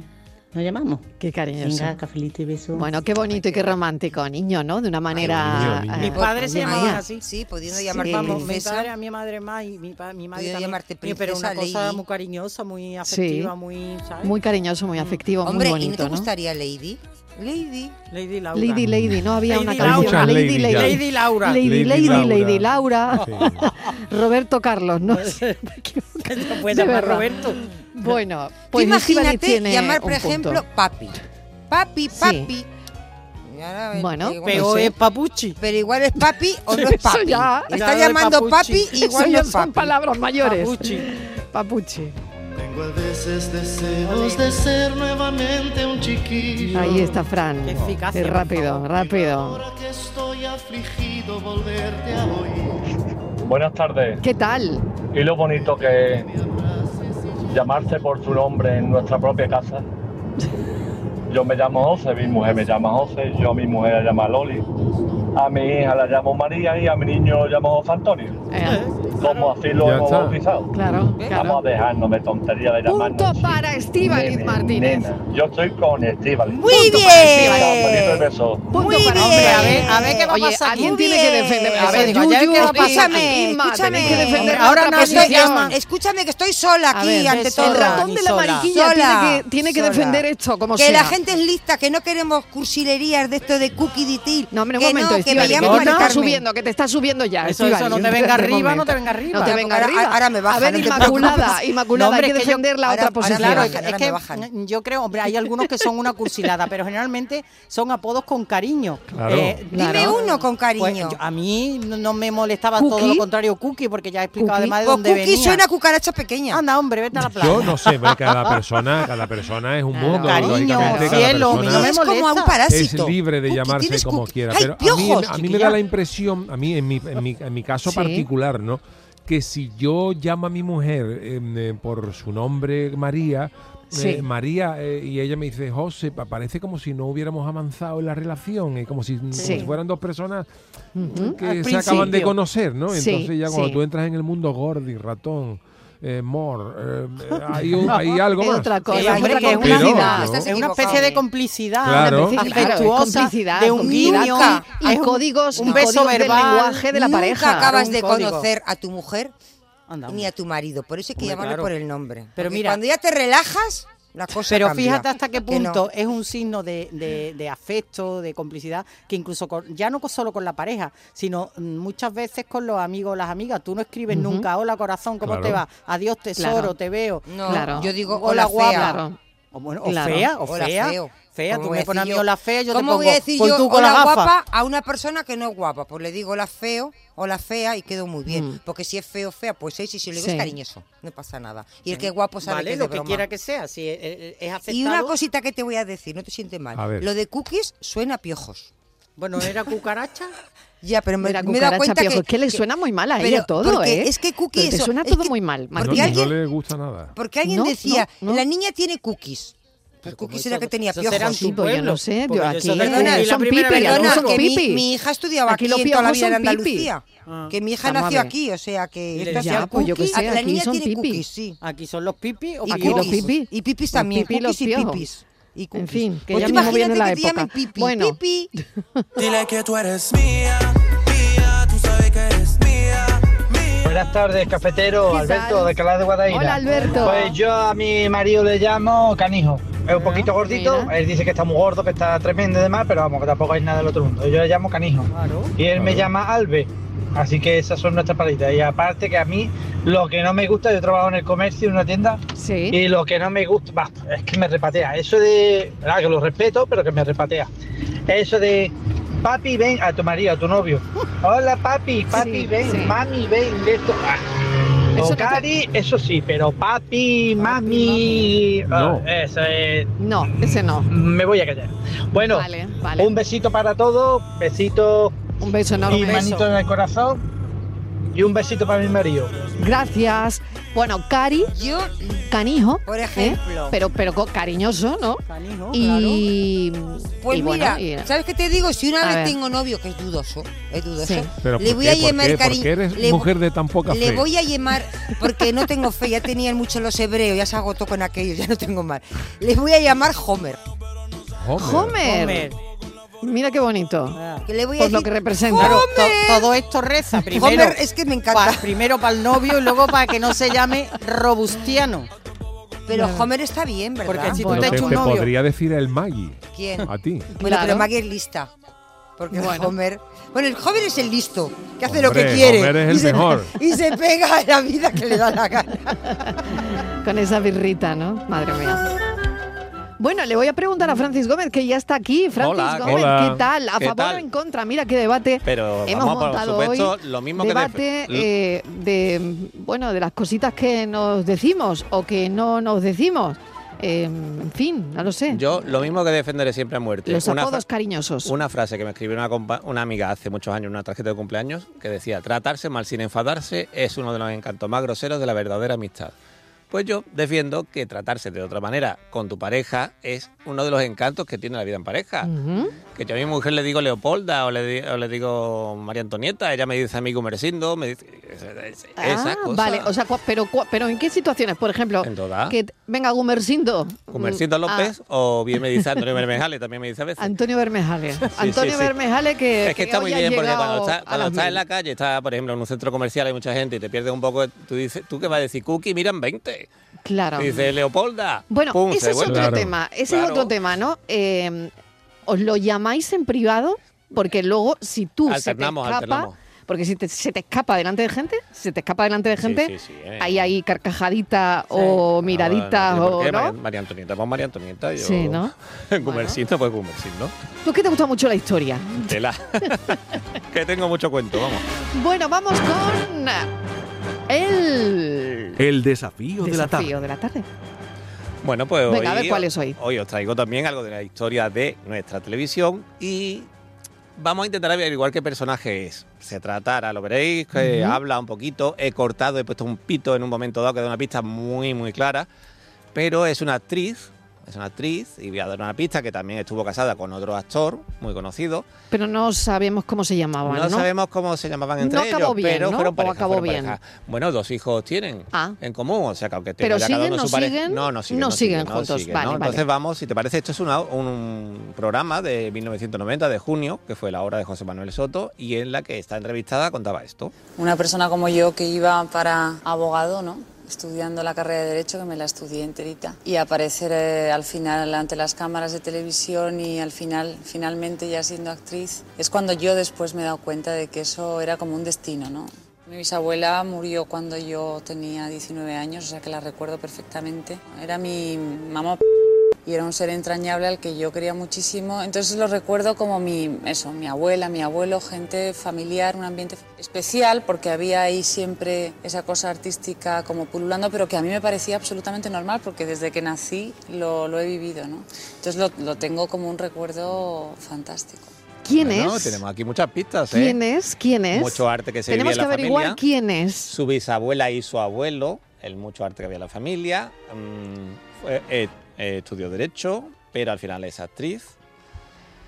nos llamamos.
Qué cariñoso.
Venga, cafelito y beso.
Bueno, qué bonito y qué romántico, niño, ¿no? De una manera.
niño,
eh,
niño. Mi
Ah, padre se
María.
llamaba así.
Sí, pudiendo
llamarte
vamos, mi
princesa.
padre, a mi madre más y mi, pa- mi madre
Pudiendo
también.
llamarte
Oye, Pero una
princesa,
cosa
lady.
muy cariñosa, muy afectiva, muy, ¿sabes?
Muy cariñoso, muy afectivo,
Hombre,
muy
¿y no
bonito,
te
¿no?
gustaría Lady? Lady.
Lady Laura.
Lady Lady, no había
Lady
una
Laura.
canción.
Hay muchas
Lady,
Lady ya. Lady Laura.
Lady
Lady
Lady,
Laura.
Lady Laura. (laughs)
(laughs)
Roberto Carlos, no sé.
No puede
De
llamar
verdad.
Roberto.
Bueno,
Tú
pues Estíbaliz
imagínate
tiene
llamar,
un
por ejemplo,
punto.
papi. Papi,
Sí.
papi. Y ahora,
Bueno,
igual
pero
no sé.
es
papuchi.
Pero igual es papi o no es
(laughs) Eso
papi.
ya.
Le
Ya
Está
de
llamando
papuchi.
papi, igual
Eso
no
ya
es
son
papi.
palabras mayores.
Papuchi.
Papuchi.
Tengo a veces deseos de ser nuevamente un chiquillo.
Ahí está Fran.
Qué eficacia,
Es
por
rápido, rápido.
Ahora que estoy afligido, volverte a oír.
Buenas tardes.
¿Qué tal?
Y lo bonito que es llamarse por su nombre en nuestra propia
(laughs)
casa. Yo me llamo José, mi mujer me llama José, yo a mi mujer la llama Loli, a mi hija la llamo María y a mi niño lo llamo José Antonio. Como así lo
Ya
hemos
está.
bautizado.
Eh, Claro,
Vamos a dejarnos de tontería de llamarnos.
Punto para Estíbaliz
nene,
Martínez.
nena. Yo estoy con Estíbaliz.
Muy Punto para bien. Estíbaliz.
Cafelito y besos.
Punto para
Hombre, a ver, a ver qué va a
Oye,
pasar. aquí.
alguien tiene que defender. A
Eso
ver,
digo, ya
Yuyu,
qué va a pasar
Escúchame,
aquí. Inma,
escúchame.
tenéis que defender la
Ahora
otra
no, estoy,
posición.
Inma, escúchame que estoy sola
A
aquí
ver,
ante
ni
todo.
sola, El ratón ni de la sola. mariquilla tiene
Sola,
que- tiene que
sola.
defender esto, como
Que
sea.
la gente es lista, que no queremos cursilerías de esto de cookie detail. No,
hombre, un
que no,
momento,
que me
Estíbaliz,
llamo
que
Mari
te está
Carmen.
subiendo, que te está subiendo ya.
Eso, eso,
Estíbaliz,
no te
un
venga arriba,
momento.
no te venga arriba.
No te venga
Ahora-
arriba.
ahora me
A
bajan, (laughs)
ver,
no te
Inmaculada,
preocupes.
Inmaculada,
No, hombre,
hay que
es que yo-
defender la
ahora-
otra
ahora
posición.
Claro, es que mm, yo creo, hombre, hay algunos que son una cursilada, pero generalmente son apodos con cariño. Eh,
Claro. Dime Claro. uno con cariño.
Pues, yo- a mí no no me molestaba todo
¿Cookie?
lo contrario Cookie, porque ya he explicado además de
Pues
dónde
cookie
venía.
suena a cucaracha pequeña.
Anda, hombre, vete a la playa.
Yo no sé, pero cada persona, cada persona es un mundo.
Cariño,
lógicamente, cada
cielo,
persona
no me Es como molesta. a un parásito.
Es libre de llamarse
tienes
como
cookie.
quiera.
¡Ay,
Pero a mí,
piojos,
a mí me
chiquilla!
da la impresión, a mí en mi, en mi, en mi caso
Sí.
particular, ¿no? Que si yo llamo a mi mujer eh, eh, por su nombre María. eh,
Sí.
María eh, y ella me dice José pa- parece como si no hubiéramos avanzado en la relación eh, como, si, como
Sí.
si fueran dos personas
Ujú.
que
Al
se
principio.
acaban de conocer no
Sí,
entonces ya cuando
sí.
tú entras en el mundo gordi ratón eh, more eh, eh, hay, un-
(laughs)
hay algo
Es
más
otra cosa,
Pero-
hombre, que es
pero-
una amistad,
¿no?
es una especie de complicidad
Claro.
una especie
Claro,
afectuosa
complicidad,
de un
complicidad
niño
y- y códigos-
un beso
códigos del
verbal
lenguaje de la
Nunca
pareja.
acabas
Un
de
código.
conocer a tu mujer ni
hombre.
a tu marido. Por eso hay que
Hombre,
llamarlo
claro.
por el nombre.
Pero
Porque
mira-
cuando ya te relajas, la cosa
Pero
cambia.
fíjate hasta qué
Que no.
punto es un signo de, de- de afecto, de complicidad, que incluso con- ya no solo con la pareja, sino mm, muchas veces con los amigos o las amigas. Tú no escribes
Ujú.
nunca, hola corazón, ¿cómo
Claro.
te va? Adiós tesoro,
Claro.
te veo.
No, Claro. yo digo, "Hola,
guapa.
fea". Claro.
O, bueno, o
Claro.
fea, o
Hola,
fea.
feo.
Fea,
¿Cómo
tú
voy a
me pones a mí
decir
hola fea, yo te
¿Cómo
pongo
voy a decir
pon
yo
tú con la
hola
gafa.
guapa a una persona que no es guapa? Pues le digo hola feo, hola fea y quedo muy bien. Porque si es feo, fea, pues es. Y si lo digo
Mm. Sí.
es cariñoso, no pasa nada. Y el
Sí.
que es guapo sabe
Vale,
que es de
lo que
broma.
quiera que sea, si es, es- es aceptado.
Y una cosita que te voy a decir, no te sientes mal.
A ver.
Lo de cookies suena a piojos.
Bueno, ¿era cucaracha?
Ya, pero me,
Mira,
me he dado
cucaracha,
cuenta
piojos,
que,
que le suena muy mal a
pero
ella todo,
porque
¿eh?
Es que cookie
Pero te
eso,
suena
es
todo
que-
muy mal,
No,
Martín.
porque alguien-
no le gusta nada
Porque alguien
No,
decía,
no, no.
la niña tiene cookies. Pues cookies era que tenía piojos.
Sí, pues yo no sé, yo
Porque
aquí
eso de
eh,
cookies, la
son
primera
pipi,
vez.
algunos son
que mi-
pipi.
Mi, hija estudiaba
Aquí
aquí,
los
en toda la
piojos
vida en
son pipi.
Andalucía. Que mi hija
Vamos a
nació
ver.
aquí, o sea que...
Y
esta
le
sea
decía, pues yo qué
cookie, Ah,
sé,
la
aquí
niña
son
tiene
pipi.
cookies, sí.
Aquí son los pipi o
Aquí
piojos.
los pipi. Y pipis
Los
también,
pipi, los
cookies y
piojos.
pipis. Y
En
cookies.
fin, que
Pues
ya
tú
mismo viene
imagínate
la
que te llamen
época.
pipi,
bueno,
pipi.
Dile que tú eres mía, mía, tú sabes que eres mía, mía. Buenas tardes, cafetero,
¿Qué tal?
Alberto de Calá de Guadaira.
Hola, Alberto. Ah,
Pues yo a mi marido le llamo Canijo. Es un poquito gordito, él dice que está muy gordo, que está tremendo y demás, pero vamos, que tampoco es nada del otro mundo. Yo le llamo Canijo. Y él me llama Albe.
Así que esas son nuestras palitas. Y aparte que a mí lo que no me gusta, yo trabajo en el comercio, en una tienda, y lo que no me gusta, basta, es que me repatea. Eso de, ah, que lo respeto, pero que me repatea. Eso de, papi, ven a tu marido, a tu
(laughs)
novio. Hola, papi, papi, ven, mami, ven, de esto. Ah.
Eso no te-
Tocari, eso sí, pero papi, mami,
No.
ah, eso es-
No, ese no.
Me voy a callar. Bueno,
Vale, vale.
un besito para todos, besito.
Un beso enorme.
Y manito en el corazón. Y un besito para mi marido.
Gracias. Bueno, cari, canijo, por
ejemplo.
pero pero co- cariñoso, ¿no? y,
Pues
y bueno,
mira,
y-
¿sabes qué te digo? Si una
A
vez
ver.
tengo novio, que es dudoso, es dudoso,
Sí.
Pero
le
¿por
voy
qué?
a
¿Por
llamar
qué? ¿Por
cariño.
qué eres
le-
mujer de tan poca
Le
fe?
voy a llamar, porque no tengo fe, ya tenían mucho los hebreos, ya se agotó con aquellos, ya no tengo más. Les voy a llamar Homer.
Homer.
Homer.
Mira qué bonito.
Ah. Que le voy a
Por lo
decir,
que representa.
Claro, to- todo esto reza. Primero,
Homer, es que me encanta.
pa- primero para el novio y luego para que no se llame Robustiano.
Pero Homer está bien, ¿verdad?
Porque si tú
Pero
te
te,
echas un
te
novio.
podría decir el Maggie.
¿Quién?
A ti.
Bueno,
Claro.
pero Maggie es lista. Porque el
Bueno.
Homer. Bueno, el Homer es el listo, que hace lo
Hombre,
que quiere.
Homer es
y
el
se-
mejor.
(laughs) y se pega a la vida que le da la gana.
(laughs) Con esa birrita, ¿no? Madre mía. Bueno, le voy a preguntar a Francis Gómez, que ya está aquí. Francis
Hola,
Gómez,
hola.
¿qué tal? ¿A
¿Qué
favor
tal?
o en contra? Mira qué debate
Pero
hemos
vamos, por
montado
supuesto,
hoy.
lo mismo que def-
debate,
lo-
eh, de bueno, de las cositas que nos decimos o que no nos decimos. Eh, en fin, no lo sé.
Yo lo mismo que defenderé siempre a muerte.
Los
Una
apodos
fra-
cariñosos.
Una frase que me escribió una, compa- una amiga hace muchos años en una tarjeta de cumpleaños que decía, tratarse mal sin enfadarse es uno de los encantos más groseros de la verdadera amistad. Pues yo defiendo que tratarse de otra manera con tu pareja es uno de los encantos que tiene la vida en pareja. Que yo a mi mujer le digo Leopolda o le, di- o le digo María Antonieta, ella me dice a mí Gumersindo, me dice... es- es-
Ah,
esas cosas.
vale, o sea, cua- pero, cua- pero ¿en qué situaciones? Por ejemplo,
En todas.
que t- venga Gumersindo.
Gumersindo
Mm, ah,
López o bien me dice Antonio Bermejale, también me dice a veces.
Antonio Bermejale. Antonio
sí.
Bermejale que.
Es que está
hoy
muy
ha
bien, porque
llegado
cuando
a
estás cuando
las
estás en
mil.
la calle, estás, por ejemplo, en un centro comercial, hay mucha gente y te pierdes un poco, tú dices, ¿tú qué vas a decir? Cookie, miran 20.
Claro.
Y Dice Leopolda.
Bueno,
pum,
ese
se
es otro
vuelve.
tema. Ese es
Claro.
otro tema, ¿no? Eh, ¿Os lo llamáis en privado? Porque luego, si tú
Alternamos,
se te escapa.
alternamos.
Porque si te- se te escapa delante de gente, se te escapa delante de gente,
sí, sí, eh.
hay ahí carcajadita o miradita
Ah, no sé por
o
qué,
no.
María, María Antonieta, pues María Antonieta. Yo,
Sí,
(laughs)
¿no?
Gumersindo, pues Gumersindo.
Tú que te gusta mucho la historia.
Tela. (laughs) que tengo mucho cuento, vamos.
Bueno, vamos con el
El desafío,
desafío de la tarde.
Bueno, pues hoy,
Venga, a ver cuál es hoy.
os traigo también algo de la historia de nuestra televisión y vamos a intentar averiguar qué personaje es. Se tratará, lo veréis, que
Ujú.
habla un poquito, he cortado, he puesto un pito en un momento dado que da una pista muy, muy clara, pero es una actriz, es una actriz y voy a dar una pista que también estuvo casada con otro actor muy conocido.
Pero no sabemos cómo se llamaban, ¿no?
No sabemos cómo se llamaban entre
No acabó
ellos,
bien,
pero
¿no?
fueron
O
pareja,
acabó
fueron
bien.
pareja. Bueno, dos hijos tienen
Ah.
en común, o sea, que aunque
Pero
tenga cada
siguen,
uno
no
su pareja,
siguen,
no, no siguen,
no siguen
no
juntos.
siguen,
Vale,
¿no?
vale.
Entonces vamos, si te parece, esto es una- un programa de 1990 de junio, que fue la obra de José Manuel Soto y en la que esta entrevistada contaba esto.
Una persona como yo que iba para abogado, ¿no? Estudiando la carrera de Derecho, que me la estudié enterita. Y aparecer eh, al final ante las cámaras de televisión y al final, finalmente ya siendo actriz, es cuando yo después me he dado cuenta de que eso era como un destino, ¿no? Mi bisabuela murió cuando yo tenía 19 años, o sea que la recuerdo perfectamente. Era mi mamá y era un ser entrañable al que yo quería muchísimo. Entonces lo recuerdo como mi, eso, mi abuela, mi abuelo, gente familiar, un ambiente especial, porque había ahí siempre esa cosa artística como pululando, pero que a mí me parecía absolutamente normal, porque desde que nací lo, lo he vivido, ¿no? Entonces lo, lo tengo como un recuerdo fantástico.
¿Quién
Bueno,
es?
Tenemos aquí muchas pistas, ¿eh?
¿Quién es? ¿Quién es?
Mucho arte que se
Tenemos que
vivía en la
averiguar
familia.
quién es.
Su bisabuela y su abuelo, el mucho arte que había en la familia, mm, fue- eh, eh, estudió Derecho, pero al final es actriz.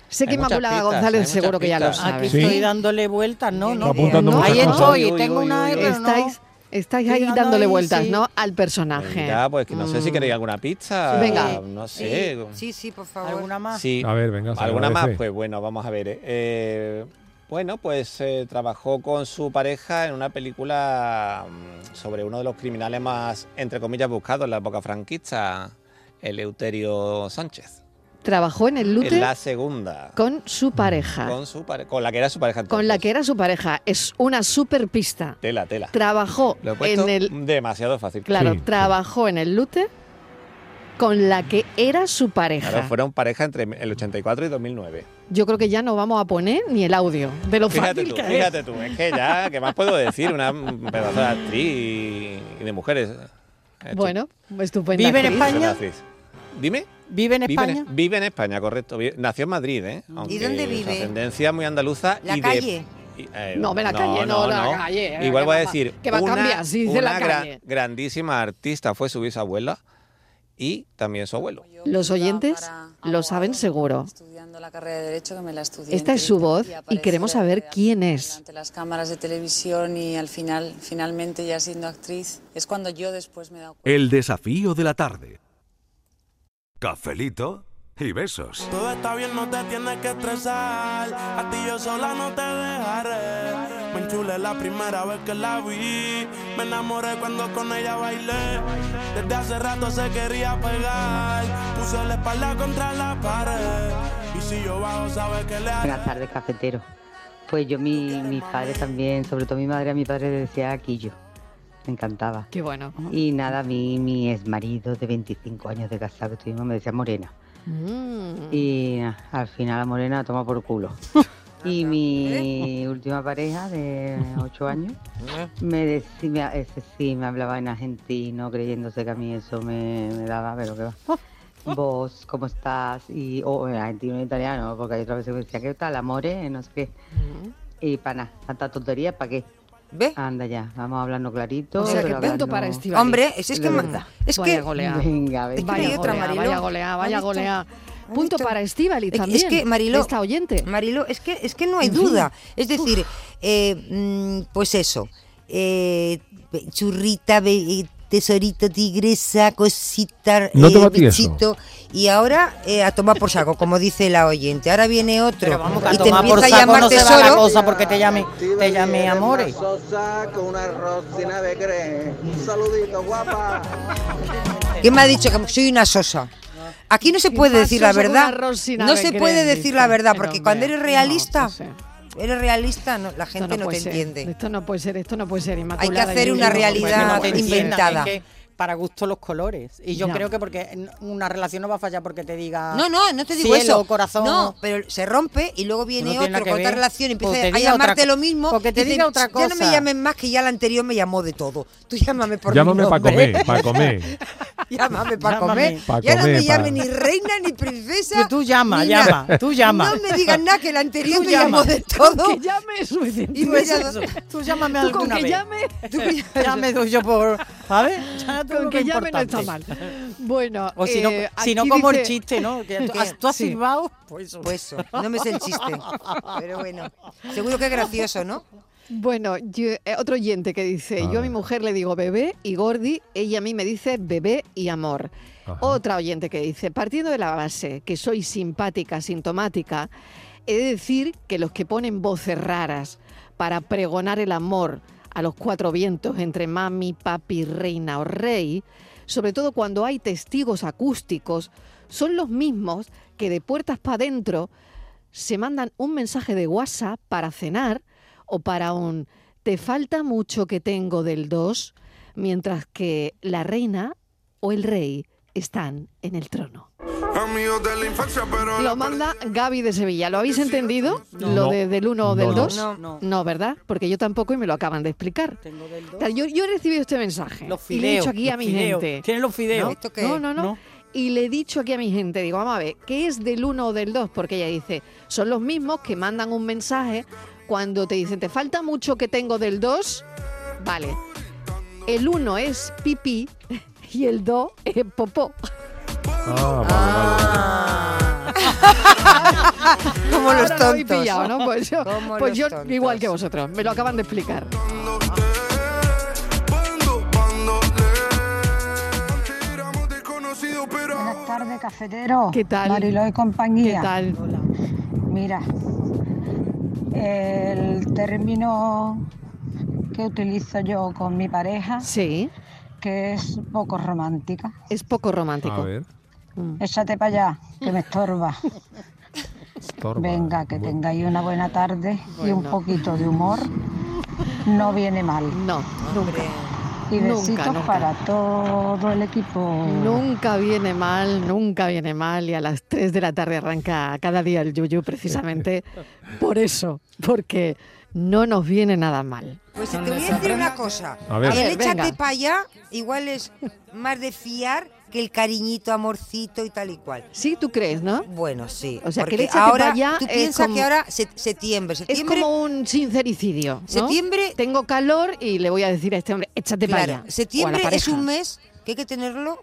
Sé que
Hay muchas
Inmaculada
pistas, hay
González
muchas
seguro que ya lo
pistas.
sabe.
Aquí estoy dándole vueltas, ¿no? no
apuntando muchas
ahí
cosas.
estoy,
Uy, uy,
tengo
uy,
una...
uy, uy.
pero no-
Estáis, estáis ahí
Tirando
dándole
ahí,
vueltas,
sí.
¿no? Al personaje. Mm.
Ya, pues que no sé si queréis alguna pista.
Eh, Venga.
Ah, No sé.
Sí, sí, por favor.
¿Alguna más?
Sí.
A ver, venga, se
¿Alguna más?
agradece.
Pues bueno, vamos a ver. eh, eh, bueno, pues eh, trabajó con su pareja en una película mm, sobre uno de los criminales más, entre comillas, buscados en la época franquista, Eleuterio Sánchez.
trabajó en el Lute
En la segunda.
con su pareja.
Con, su pare- con la que era su pareja anterior.
con la que era su pareja. Es una super pista.
Tela, tela.
Trabajó
Lo he puesto
en el.
demasiado fácil.
Claro, trabajó en el Lute con la que era su pareja.
Claro, fueron pareja entre el 84 y 2009.
Yo creo que ya no vamos a poner ni el audio de lo
Fíjate
fácil
tú,
que
fíjate
es.
tú, es que ya, ¿qué más puedo decir? Una pedazo de actriz y de mujeres.
Bueno, estupendo.
Actriz. ¿Dime?
¿Vive en
Vive en, vive en España, correcto. Vi- Nació en Madrid, ¿eh? Aunque
dónde
su
vive?
Ascendencia muy andaluza.
¿La
y de-
calle?
y, eh,
No, hombre, la calle, no, la calle, eh,
Igual
que
voy a
va-
decir.
que va a
una-
cambiar, sí, dice
una
la
gran-
calle.
grandísima artista fue su bisabuela y también su abuelo.
Los oyentes lo saben seguro.
estudiando la carrera de Derecho que me la estudié.
Esta es su
enterita
voz y
aparecer
queremos saber quién es.
ante las cámaras de televisión y al final, finalmente ya siendo actriz, es cuando yo después me he dado
El desafío de la tarde. Cafelito y besos.
Todo está bien, no te tienes que estresar. A ti yo sola no te dejaré. Me enchulé la primera vez que la vi. Me enamoré cuando con ella bailé. Desde hace rato se quería pegar. Puse la espalda contra la pared. Y si yo bajo, sabes que le haré.
Buenas tardes, cafetero. Pues yo, mi, mis padres también, sobre todo mi madre, a mi padre le decía Quillo. Me encantaba.
Qué bueno.
Y nada, mi, mi ex marido de 25 años de casado que tuvimos me decía Morena.
Mm.
Y ah, al final a Morena la toma por
(laughs)
culo. Y
¿Eh?
mi última pareja de 8 años me decía, me- ese sí, me hablaba en argentino, creyéndose que a mí eso me, me daba, pero
(laughs)
que va. Vos, ¿cómo estás? Y, o en argentino en italiano, porque hay otra vez que me decía, ¿qué tal, amore? No sé qué. Y para nada, tanta tontería, ¿para qué?
¿Ve?
Anda ya, vamos hablando clarito.
O sea, que
pero
punto
hablando
para Estíbaliz. Hombre, es- es
de
que-
verdad.
es Vaya que- goleada.
Venga, venga.
Vaya golea, vaya golea, vaya golea. Punto para Estivali también.
Es que Mariló,
Esta oyente.
Mariló, es que es que no hay
En fin.
duda. Es decir, eh, mm, pues eso, eh, be- churrita, be- eh, tesorito, tigresa, cosita,
¿No te
eh,
batí eso?
bichito. Y ahora eh, a tomar por saco, como dice la oyente. Ahora viene otro
A
y te
tomar por
empieza a
saco
llamar
no se va la
tesoro.
cosa porque te llame, te llame amores.
Saludito, guapa.
¿Quién me ha dicho que soy una sosa? Aquí no se puede decir la
pasos con
verdad.
una rosina
No
de
se
crema,
puede decir la
dice.
verdad,
Pero,
porque cuando
hombre,
eres
no,
realista,
pues, eh.
eres realista, no, la gente no,
puede
te
ser.
entiende.
Esto no puede ser, esto no puede ser.
Hay que
Inmaculada,
hacer
yo
una
digo,
realidad
bueno,
inventada.
Es que para gusto los colores. Y yo
Ya.
creo que porque n- una relación no va a fallar porque te diga.
No, no, no te digo
cielo,
eso.
corazón.
No, pero se rompe y luego
(laughs) No
viene
tiene nada
otro
que
con otra
ver.
relación y
O te
empieza a
diga
llamarte
otra
lo
co-
mismo.
o que te
y dice,
diga otra
Ya no me
cosa".
llames más que ya la anterior me llamó de todo. (laughs) Tú llámame por mi
Llámame para
nombre.
comer, para comer.
(laughs) Llámame para
Llámame.
comer.
Pa'
Ya no
comer,
me
pa'-
llame ni reina ni princesa.
Tú llama,
ni
llama,
nada.
tú llama.
No me digas nada que la anterior
Tú
me llamó
llama.
de todo.
Que
llame es suficiente.
Y
Tú
me
es
llamó-
Pues eso. Tú
(laughs)
llámame
Tú con
alguna
que
vez.
llame.
Tú
(laughs)
que llame tú yo por. ¿Sabes?
(laughs)
Ya tú
Con
lo
que llame no
importante.
está mal. Bueno,
O si no,
eh,
si no
aquí
como el
dice-
chiste, ¿no? Que tú,
(laughs)
has- tú has
Sí.
silbado, pues eso.
Pues eso, no me sé el chiste. Pero bueno, seguro que es gracioso, ¿no?
Bueno, yo- eh, otro oyente que dice, yo a mi mujer le digo bebé y Gordi, ella a mí me dice bebé y amor. Otra oyente que dice, partiendo de la base que soy simpática, sintomática, he de decir que los que ponen voces raras para pregonar el amor a los cuatro vientos entre mami, papi, reina o rey, sobre todo cuando hay testigos acústicos, son los mismos que de puertas para adentro se mandan un mensaje de WhatsApp para cenar o para un te falta mucho que tengo del 2, mientras que la reina o el rey están en el trono.
Amigos de la infancia, pero.
Lo manda Gaby de Sevilla. ¿Lo habéis entendido? Lo
No.
de, del 1 o
No,
del
no.
2?
No,
¿verdad? Porque yo tampoco y me lo acaban de explicar. Claro, Yo, yo he recibido este mensaje.
Los
y le he
fideos.
dicho aquí a
los
mi
fideos.
gente.
¿Tienen los fideos?
¿No? No, no, no. Y le he dicho aquí a mi gente, digo, vamos a ver, ¿qué es del 1 o del 2? Porque ella dice, son los mismos que mandan un mensaje cuando te dicen, te falta mucho que tengo del 2. Vale. El 1 es pipí y el 2 es popó.
Ah.
Como los
Ahora lo habéis
tontos.
pillado, ¿no? Pues yo,
Como
pues
los
yo
tontos.
igual que vosotros, me lo acaban de explicar.
Buenas tardes, cafetero.
¿Qué tal?
Mariló y compañía.
¿Qué tal?
Mira, el término que utilizo yo con mi pareja,
sí.
que es poco romántica.
Es poco romántico. Mm.
A ver. Échate para allá, que me (laughs) estorba. Venga, que tengáis una buena tarde y un
Bueno.
poquito de humor. No viene mal.
No,
nunca. Y
Nunca,
besitos
nunca.
para todo el equipo.
Nunca viene mal, nunca viene mal y a las 3 de la tarde arranca cada día el yuyu precisamente por eso, porque no nos viene nada mal.
Pues te voy a decir una cosa.
A ver.
El
A ver,
échate
venga.
para allá igual es más de fiar que el cariñito, amorcito y tal y cual.
Sí, tú crees, ¿no?
Bueno, sí.
O sea, que
Porque
el échate pa'
ahora,
allá
tú
Ah, es
piensas
como-
que ahora se- septiembre,
Es
septiembre
como un sincericidio. ¿no?
Septiembre-
Tengo calor y le voy a decir a este hombre, échate para
Claro,
allá.
septiembre
O a la
es un
pareja.
mes que hay que tenerlo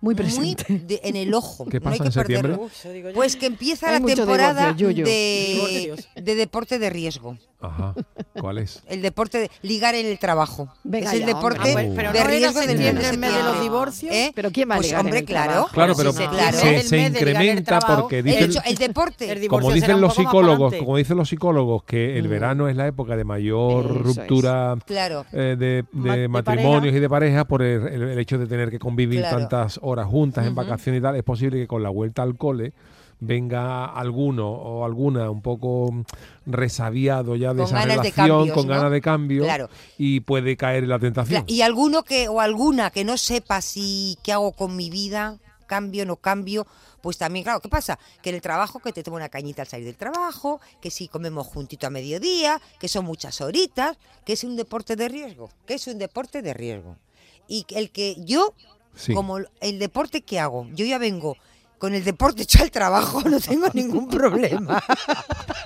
muy
presente, en el ojo.
¿Qué
no hay
pasa
que
en septiembre?
perderlo. Pues que empieza
Hay
la
mucho
temporada
divorcio, Yuyu.
de,
Divorcios.
de deporte de riesgo.
Ajá. ¿Cuál es?
El deporte de ligar en el trabajo.
Venga
es el
ya,
deporte
hombre. Ah, bueno, pero
de
no era
riesgo del mes de
septiembre el mes de
septiembre.
los divorcios.
¿Eh?
Pero ¿quién va a
Pues
ligar en
hombre,
el
claro.
trabajo?
Claro, pero
Sí,
se,
claro.
se incrementa porque
el,
dicen,
hecho- el deporte.
como dicen los psicólogos, como dicen los psicólogos que el
Mm.
verano es la época de mayor
Eso es.
ruptura
Claro.
eh, de,
Ma-
de
de
matrimonios
pareja.
y de parejas por el, el- el hecho de tener que convivir
Claro.
tantas horas juntas en
Ujú.
vacaciones y tal, es posible que con la vuelta al cole venga alguno o alguna un poco mm, resabiado ya de
Con
esa
ganas de
relación,
cambios,
con
¿no?
ganas de cambio
Claro.
y puede caer en la tentación.
Cla- Y alguno que o alguna que no sepa si qué hago con mi vida, cambio, no cambio, pues también, claro, ¿qué pasa? Que en el trabajo, que te tomo una cañita al salir del trabajo, que si comemos juntito a mediodía, que son muchas horitas, que es un deporte de riesgo, que es un deporte de riesgo. Y el que yo,
Sí.
como el- el deporte que hago, yo ya vengo con el deporte hecho al trabajo, no tengo ningún problema. (laughs)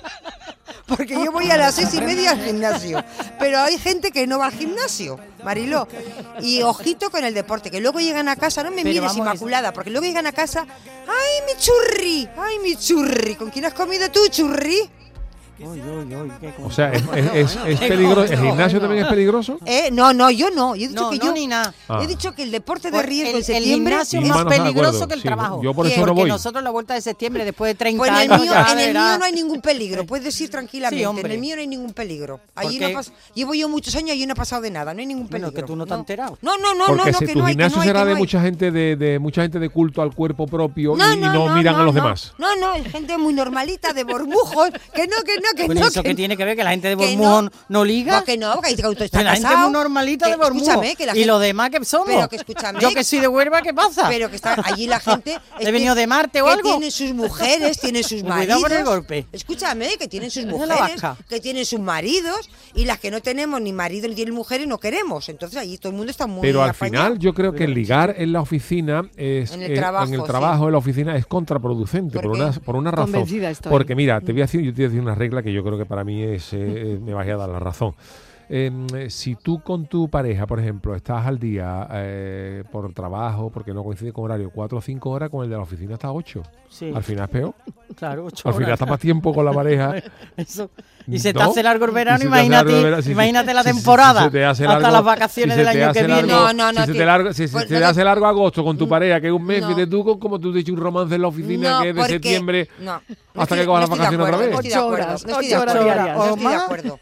Porque yo voy a las seis y media al gimnasio. Pero hay gente que no va al gimnasio, Mariló. Y ojito con el deporte, que luego llegan a casa, no me
Pero
mires
vamos,
inmaculada, porque luego llegan a casa, ¡ay, mi churri! ¡Ay, mi churri! ¿Con quién has comido tú, churri?
O sea, es, es- es-
(laughs)
es peligroso. ¿El gimnasio también es peligroso?
Eh, no, no, yo no. Yo he dicho
No,
que
no,
yo
ni nada.
Ah.
He dicho que el deporte de
Pues
riesgo
el-
en
el
septiembre
gimnasio
es más Manos de peligroso acuerdo, que el sí, trabajo. yo por eso no
Porque
voy.
nosotros la vuelta de septiembre, después de 30
Pues en el
años,
mío,
ya
en el
verás.
mío no hay ningún peligro, puedes ir
Sí,
tranquilamente.
hombre.
en el mío no hay ningún peligro. Allí no
Porque-
ha pas- Llevo yo muchos años y no ha pasado de nada, no hay ningún peligro. que tú no te has
enterado.
No, no, no,
Porque
no,
si
que
tu
no hay, que
gimnasio
no hay,
será
que
de
no hay.
mucha gente de, de mucha gente de culto al cuerpo propio y-
No,
y, no, miran a los
no.
demás.
No, no, hay gente muy normalita, de bormujos, que no, que no, que
Bueno,
no.
Pues ¿eso qué tiene que ver? ¿Que la gente de
que
Bormujos no liga?
No, que no, que hay que todo está
Que la gente es
casado,
muy normalita
que-
de Bormujos.
Escúchame, que la
¿Y
gente-
los demás que somos?
Pero que escúchame.
Yo que soy de Huelva, ¿qué pasa?
Pero
(laughs)
que está allí la gente.
¿He
es
venido
que-
de Marte o
que
algo?
Tienen sus mujeres, tienen sus
Cuidado
maridos.
con el golpe.
Escúchame, que tienen sus
Es la
mujeres,
vasca.
que tienen sus maridos y las que no tenemos ni marido ni tienen mujeres no queremos. Entonces allí todo el mundo está muy.
Pero al
apañado.
final yo creo que ligar en la oficina es
En el
eh,
trabajo,
en,
sí.
el trabajo, en la oficina es contraproducente por
qué?
una por una razón.
Convencida estoy.
Porque mira,
Mm.
te voy a decir, yo te voy a decir una regla que yo creo que para mí
(laughs)
es eh, eh, me vas a dar la razón. Eh, si tú con tu pareja, por ejemplo, estás al día eh, por trabajo, porque no coincide con horario, cuatro o cinco horas, con el de la oficina hasta ocho.
Sí.
Al final es peor.
Claro, ocho
Al final
horas.
está más tiempo con la
(laughs)
pareja.
Eso. Y se te
¿No?
hace largo el
Y
verano,
se te hace
imagínate,
largo el verano, sí, sí.
imagínate la
Sí, sí, sí,
temporada.
se te hace
hasta
largo-
las vacaciones
si se
del
te
año
hace
que viene.
largo-
No, no, no,
Si se
tío.
te, largo- si se
Pues
te
no te-
hace largo agosto con tu pareja, que es un mes, fíjate tú con- como tú te echas un romance en la oficina
No,
que es de
porque-
septiembre
no, no
hasta
estoy-
que cojas
no estoy de
las vacaciones otra
acuerdo,
vez.
No estoy de acuerdo, no estoy de acuerdo, no estoy de acuerdo.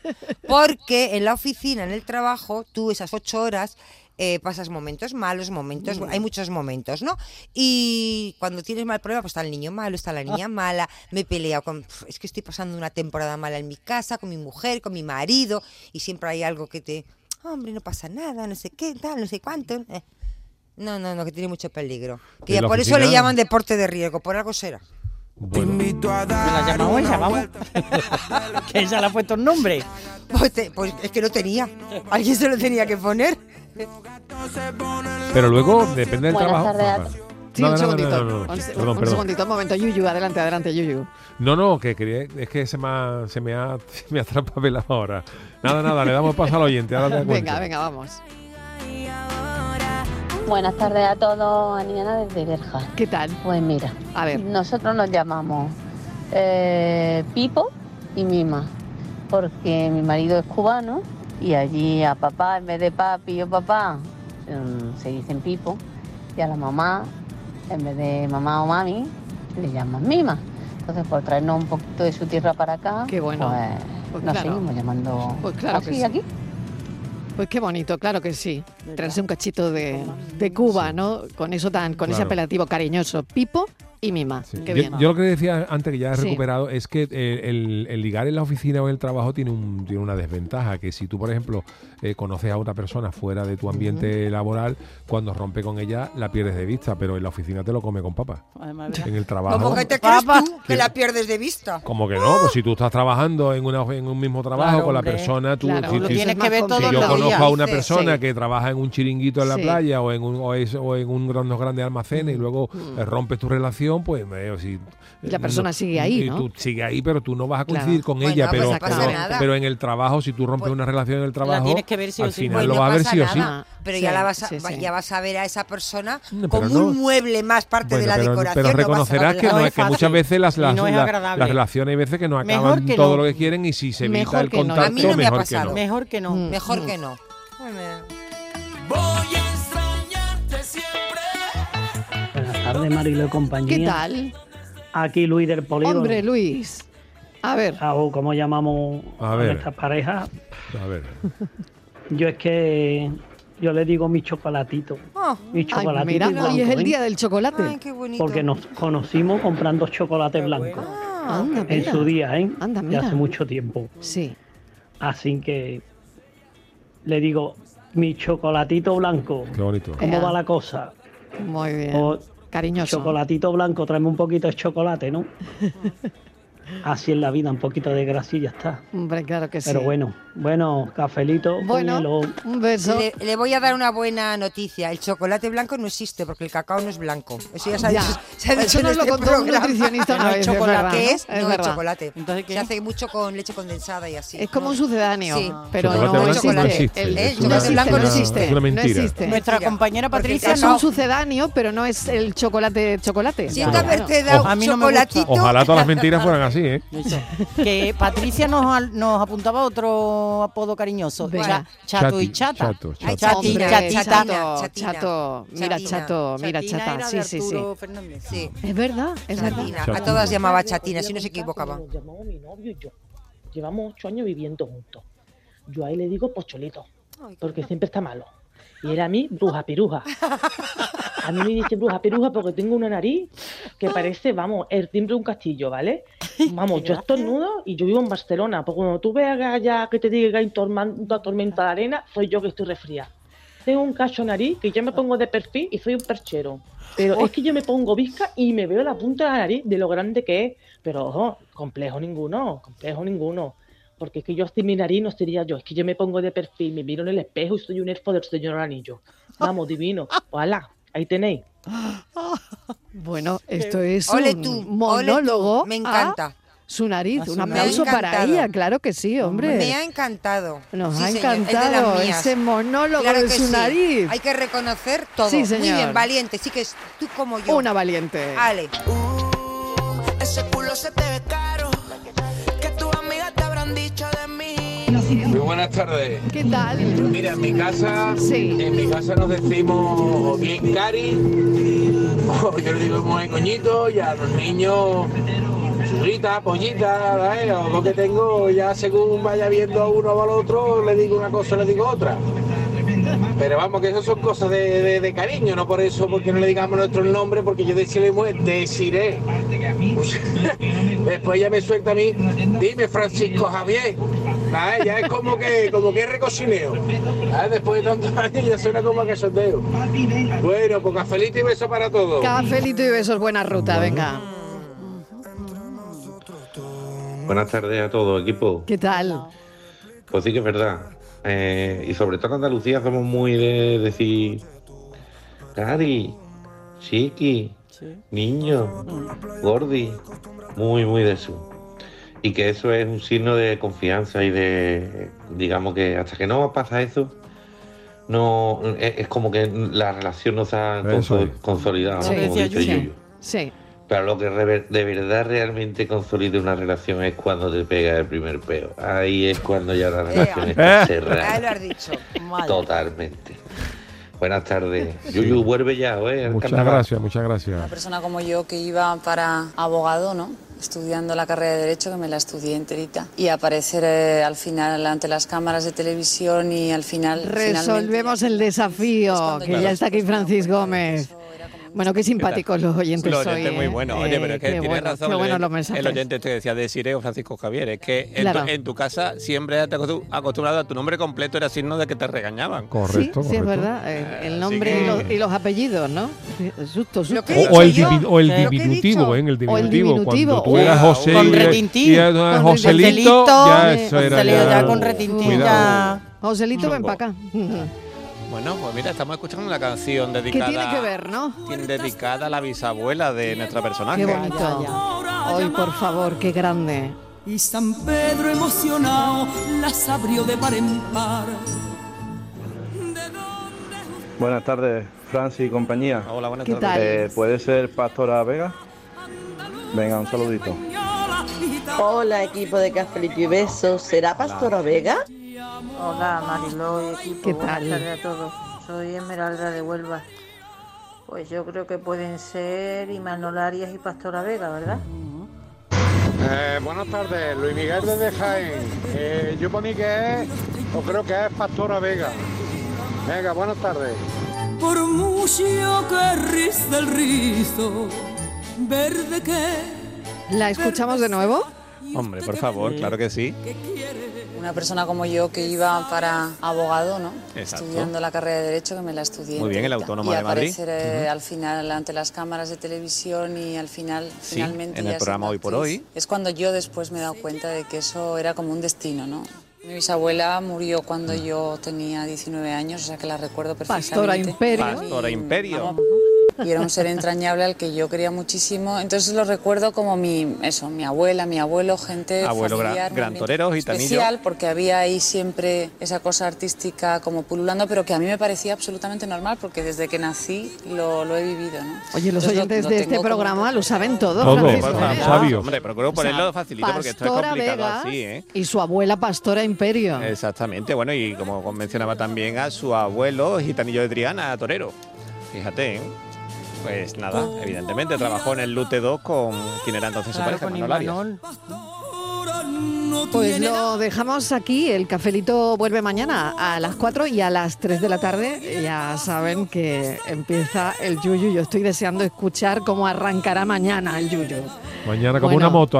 Porque en la oficina, en el trabajo, tú esas ocho horas eh, pasas momentos malos, momentos, hay muchos momentos, ¿no? Y cuando tienes mal problema, pues está el niño malo, está la
Ah.
niña mala, me he peleado con, pf, es que estoy pasando una temporada mala en mi casa, con mi mujer, con mi marido, y siempre hay algo que te, hombre, no pasa nada, no sé qué, tal, no sé cuánto. eh. No, no, no, que tiene mucho peligro. Que
En
ya
la
por eso le
oficina-
llaman deporte de riesgo, por algo será.
Me la llamamos ella, vamos. (laughs) que ella le ha puesto el nombre.
Pues, te- pues es que no tenía. Alguien se lo tenía que poner.
Pero luego depende del
Buenas
trabajo.
tardes.
No, vale.
Sí,
No,
un
no, no, no,
segundito.
no, no.
Un, se-
Perdón,
un
perdón.
segundito, un momento. Yuyu, adelante, adelante, Yuyu.
No, no, que quería, es que se me ha, se me ha, (laughs) se me ha traspapelado ahora. Nada, nada, le damos paso al oyente. Ahora te das
Venga,
cuenta.
venga, vamos.
Buenas tardes a todos, Aniana desde Berja.
¿Qué tal?
Pues mira,
a ver.
nosotros nos llamamos eh, Pipo y Mima, porque mi marido es cubano y allí a papá en vez de papi o papá mm, se dicen Pipo y a la mamá en vez de mamá o mami le llaman Mima. Entonces por traernos un poquito de su tierra para acá,
Qué bueno.
pues,
Pues
nos
claro.
seguimos llamando
Pues claro que
así
sí.
aquí.
Pues qué bonito, claro que sí. Traerse un cachito de, de Cuba, ¿no? Con eso tan, con ese
Claro.
apelativo cariñoso. Pipo y Mima. Qué bien.
Yo, yo lo que decía antes que ya he
Sí.
recuperado es que eh, el, el ligar en la oficina o en el trabajo tiene, un, tiene una desventaja, que si tú, por ejemplo, eh, conoces a otra persona fuera de tu ambiente laboral, cuando rompe con ella la pierdes de vista, pero en la oficina te lo come con papa.
Además, ¿verdad?
en el trabajo.
¿Cómo que te crees tú que la pierdes de vista?
Como que no, pues si tú estás trabajando en, una, en un mismo trabajo
Claro,
con la
hombre.
persona, tú
Claro,
si,
lo
si-
tienes que ver
si
todos
yo
los
conozco
días.
a una
Sí,
persona
sí.
que trabaja en un chiringuito en la
Sí.
playa o en un o es- o en un- unos grandes almacenes y luego
Mm.
eh, rompes tu relación, pues me- o si eh,
La
no-
persona sigue ahí,
y
¿no?
tú sigue ahí, pero tú no vas a
Claro.
coincidir con
Bueno,
ella,
pues
pero,
no pasa
pero,
nada.
pero en el trabajo si tú rompes una relación en el trabajo,
Pues tienes que ver sí o
al
sí.
final
Pues
lo
no
vas a ver
pasa
sí o sí.
nada.
Pero
Sí,
ya, la vas a,
sí, sí.
ya vas a ver a esa persona
No, pero
como
no-
un mueble más parte
Bueno,
de la
pero,
decoración.
pero
no vas a
reconocerás que,
verla.
no, es que muchas veces las,
Y
las,
no es
la-
agradable.
las relaciones hay veces que no
Mejor
acaban
que
todo
no.
lo que quieren y si se evita
Mejor
el
que no. A
contacto,
mí no me ha
mejor que
pasado.
no.
Mejor que no.
Mm.
Mm.
Mejor que no.
Voy a extrañarte siempre.
Buenas tardes, Marilo y compañía.
¿Qué tal?
Aquí Luis del Polígono.
Hombre, Luis. A ver.
O como llamamos
A
a,
ver.
nuestras parejas.
A ver.
Yo es que yo le digo mi chocolatito. Mi chocolatito
Ay, mira,
y blanco,
hoy es el
¿eh?
día del chocolate. Ay,
Oh. qué bonito.
Porque nos conocimos comprando chocolate blanco.
Ah, Anda,
en
mira.
su día, ¿eh?
Anda,
De
mira.
hace mucho tiempo.
Sí.
Así que le digo, mi chocolatito blanco.
Qué bonito.
¿Cómo
Ea.
va la cosa?
Muy bien.
O
Cariñoso.
Chocolatito blanco, tráeme un poquito de chocolate,
(laughs)
¿no? Así en la vida, un poquito de gracia y ya está.
Hombre, claro que sí.
Pero bueno, bueno, cafelito.
Bueno,
con hielo.
un beso.
Le, le voy a dar una buena noticia. El chocolate blanco no existe porque el cacao no es blanco. Eso ya se ha
Ya.
dicho, se ha
Eso
dicho en
nos lo
este
contó un
programa.
nutricionista
Que
una
(laughs) no
vez,
es
es
chocolate,
verdad, ¿no?
es,
Es
no es
verdad.
chocolate. Se hace mucho con leche condensada y así.
Es como un sucedáneo,
Sí.
pero
Chocolate
no,
blanco no
existe.
existe,
El,
es
el
una-
chocolate
es
blanco no
una-
existe.
es una
No
mentira.
existe.
Nuestra compañera Patricia
es un
no.
sucedáneo, pero no es el chocolate chocolate.
Siento haberte dado A mí no me gusta. chocolatito.
Ojalá todas las mentiras fueran así, ¿eh?
Que Patricia nos, al- nos apuntaba otro apodo cariñoso. Cha- chato y chata.
Chato, chato.
Ay, chati,
Hombre,
chatita.
chato, chato, mira
Chatina.
chato, mira
Chatina
chata,
era
sí,
de
sí, sí.
Arturo Sí.
Es verdad, es verdad.
Chatina. A todas llamaba chatina, si no se equivocaba.
Nos llamamos mi novio y yo. Llevamos ocho años viviendo juntos. Yo ahí le digo pocholito, porque siempre está malo. Y era a mí bruja piruja. A mí me dice bruja piruja porque tengo una nariz que parece, vamos, el timbre de un castillo, ¿vale? Vamos, yo estornudo y yo vivo en Barcelona. Porque cuando tú veas allá que te diga que hay torman- una tormenta de arena, soy yo que estoy resfriada. Tengo un cacho nariz que yo me pongo de perfil y soy un perchero. Pero es que yo me pongo visca y me veo la punta de la nariz de lo grande que es. Pero ojo, complejo ninguno, complejo ninguno. Porque es que yo sin mi nariz no sería yo. Es que yo me pongo de perfil, me miro en el espejo y soy un elfo del señor anillo. Vamos, divino. Ojalá, ahí tenéis.
Bueno, esto es
Ole
un
tú,
Eh, ole tú,
monólogo.
me
a
encanta. Ah,
su nariz, un
Me ha
aplauso para
encantado.
ella, claro que sí, hombre.
Me ha encantado.
Nos
Sí,
ha
señor, es de las
encantado
mías.
ese monólogo
Claro
de
que
su
sí.
nariz.
Hay que reconocer todo.
Sí,
Muy
señor.
bien, valiente. Sí que es tú como yo.
Una valiente.
Ale.
Uh, Ese culo se te ve caro. Que tus amigas te habrán dicho de mí.
Muy buenas tardes.
¿Qué tal?
Mira, en mi casa, en mi casa nos decimos o bien cari, o yo le digo muy coñito, y a los niños churrita, pollita, ¿vale? o lo que tengo, ya según vaya viendo a uno o al otro, le digo una cosa, le digo otra. Pero vamos, que eso son cosas de, de- de cariño, no por eso, porque no le digamos nuestro nombre, porque yo decirle, mu- deciré. Después ya me suelta a mí, dime Francisco Javier. ¿sabes? Ya es como que, como que es recocineo. ¿sabes? Después de tantos años ya suena como a cachondeo. Bueno, pues cafelito y beso para todos.
Cafelito y besos, buena ruta, venga.
Buenas tardes a todo equipo.
¿Qué tal?
Pues sí que es verdad. Eh, y sobre todo en Andalucía somos muy de decir, Cari, Chiqui, Niño, Gordi, muy, muy de eso. Y que eso es un signo de confianza y de, digamos que hasta que no pasa eso, no es, es como que la relación no se ha
Eso
conso-
Ah,
consolidado. ¿no? Como dice Yuyu.
Sí.
Pero lo que rever- de verdad realmente consolida una relación es cuando te pega el primer peo. Ahí es cuando ya la relación está
Ya lo
cerrada.
has dicho.
Totalmente. Buenas tardes. Yuyu, vuelve ya, ¿eh? al
Muchas
carnaval.
gracias, muchas gracias.
Una persona como yo que iba para abogado, ¿no? estudiando la carrera de Derecho que me la estudié enterita. Y aparecer eh, al final ante las cámaras de televisión y al final... finalmente-
Resolvemos el desafío, que ya está aquí Francis Gómez. Bueno, qué simpáticos los oyentes
Los
hoy.
oyentes muy
¿eh?
buenos. Oye, pero es que
qué
tienes
bueno,
razón.
qué
el-
bueno los mensajes.
el oyente este que decía de Sireo Francisco Javier. Es que en, tu-
Claro.
en tu, casa siempre te has acostum- acostumbrado a tu nombre completo, era signo de que te regañaban.
Correcto,
Sí, es verdad. eh, El, nombre y,
que-
los, y los apellidos, ¿no? Sí, Susto, susto.
O, o el, divi- o el diminutivo, ¿eh? En el
O el
diminutivo.
diminutivo,
Cuando tú eras
o-
José
Con
y-
retintín.
y era
Con
Joselito, ya
eh,
eso era
Joselito
ya-
ya con retintín,
Cuidado.
Joselito, ven
Chungo.
para acá.
Bueno, pues mira, estamos escuchando una canción
¿Qué
dedicada.
tiene que ver, no?
Dedicada a la bisabuela de nuestra personaje.
Qué bonito. Hoy, por favor, qué grande.
Y San Pedro emocionado las abrió de par en par.
Buenas tardes, Francis y compañía.
Hola, buenas
¿Qué tardes. tal?
Eh, ¿Puede ser Pastora Vega? Venga, un saludito.
Hola equipo de Cafelito y Besos, ¿será Pastora Vega?
Hola Mariló y equipo,
¿Qué
buenas
tal?
tardes a todos. Soy Esmeralda de Huelva. Pues yo creo que pueden ser Imanol Arias y Pastora Vega, ¿verdad?
Eh, buenas tardes, Luis Miguel desde Jaén. Eh, yo poní que es, o creo que es Pastora Vega. Venga, buenas tardes.
Por mucho que riza el rizo, verde que
¿La escuchamos de nuevo?
Hombre, por favor, claro que sí.
Una persona como yo que iba para abogado, ¿no?
Exacto.
Estudiando la carrera de Derecho que me la estudié.
Muy bien, el
enterita.
Autónoma
y
de Madrid.
aparecer eh,
Ujú.
al final ante las cámaras de televisión y al final,
Sí,
finalmente...
en
ya
el programa
siendo
Hoy por
actriz.
Hoy.
Es cuando yo después me he dado cuenta de que eso era como un destino, ¿no? Mi bisabuela murió cuando
Mm.
yo tenía 19 años, o sea que la recuerdo perfectamente.
Pastora Imperio.
Pastora Imperio.
y era un ser entrañable al que yo quería muchísimo. Entonces lo recuerdo como mi, eso, mi abuela, mi abuelo, gente
Abuelo gran-
familiar, un
gran
ambiente
torero, gitanillo.
especial, porque había ahí siempre esa cosa artística como pululando, pero que a mí me parecía absolutamente normal, porque desde que nací lo, lo he vivido. ¿no?
Oye,
Entonces,
los
lo-
oyentes
lo
de
tengo
este
como-
programa lo saben todo.
Todo,
Francisco,
por favor,
¿eh?
sabio.
Hombre, procuro ponerlo facilito porque esto es
Pastora
complicado
Vega
así, ¿eh?
y su abuela Pastora Imperio.
Exactamente, bueno, y como mencionaba también a su abuelo, Gitanillo de Triana, torero. Fíjate, ¿eh? Pues nada, evidentemente trabajó en el Lute 2 con quien era entonces su pareja, Manolo Arias.
Pues lo dejamos aquí, el cafelito vuelve mañana a las 4 y a las 3 de la tarde. Ya saben que empieza el Yuyu. Yo estoy deseando escuchar cómo arrancará mañana el Yuyu.
Mañana como
Bueno.
una moto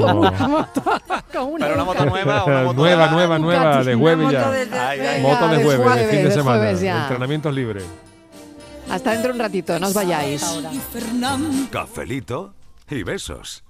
(laughs) Con una
Pero una
(laughs)
moto nueva, una moto
nueva, nueva,
nueva,
nueva, de jueves ya.
Ay, ay.
Moto de
de
jueves, de
jueves,
fin de
de
semana.
jueves ya.
Entrenamientos libres.
Hasta dentro de un ratito, no os vayáis.
Fernando.
Cafelito y besos.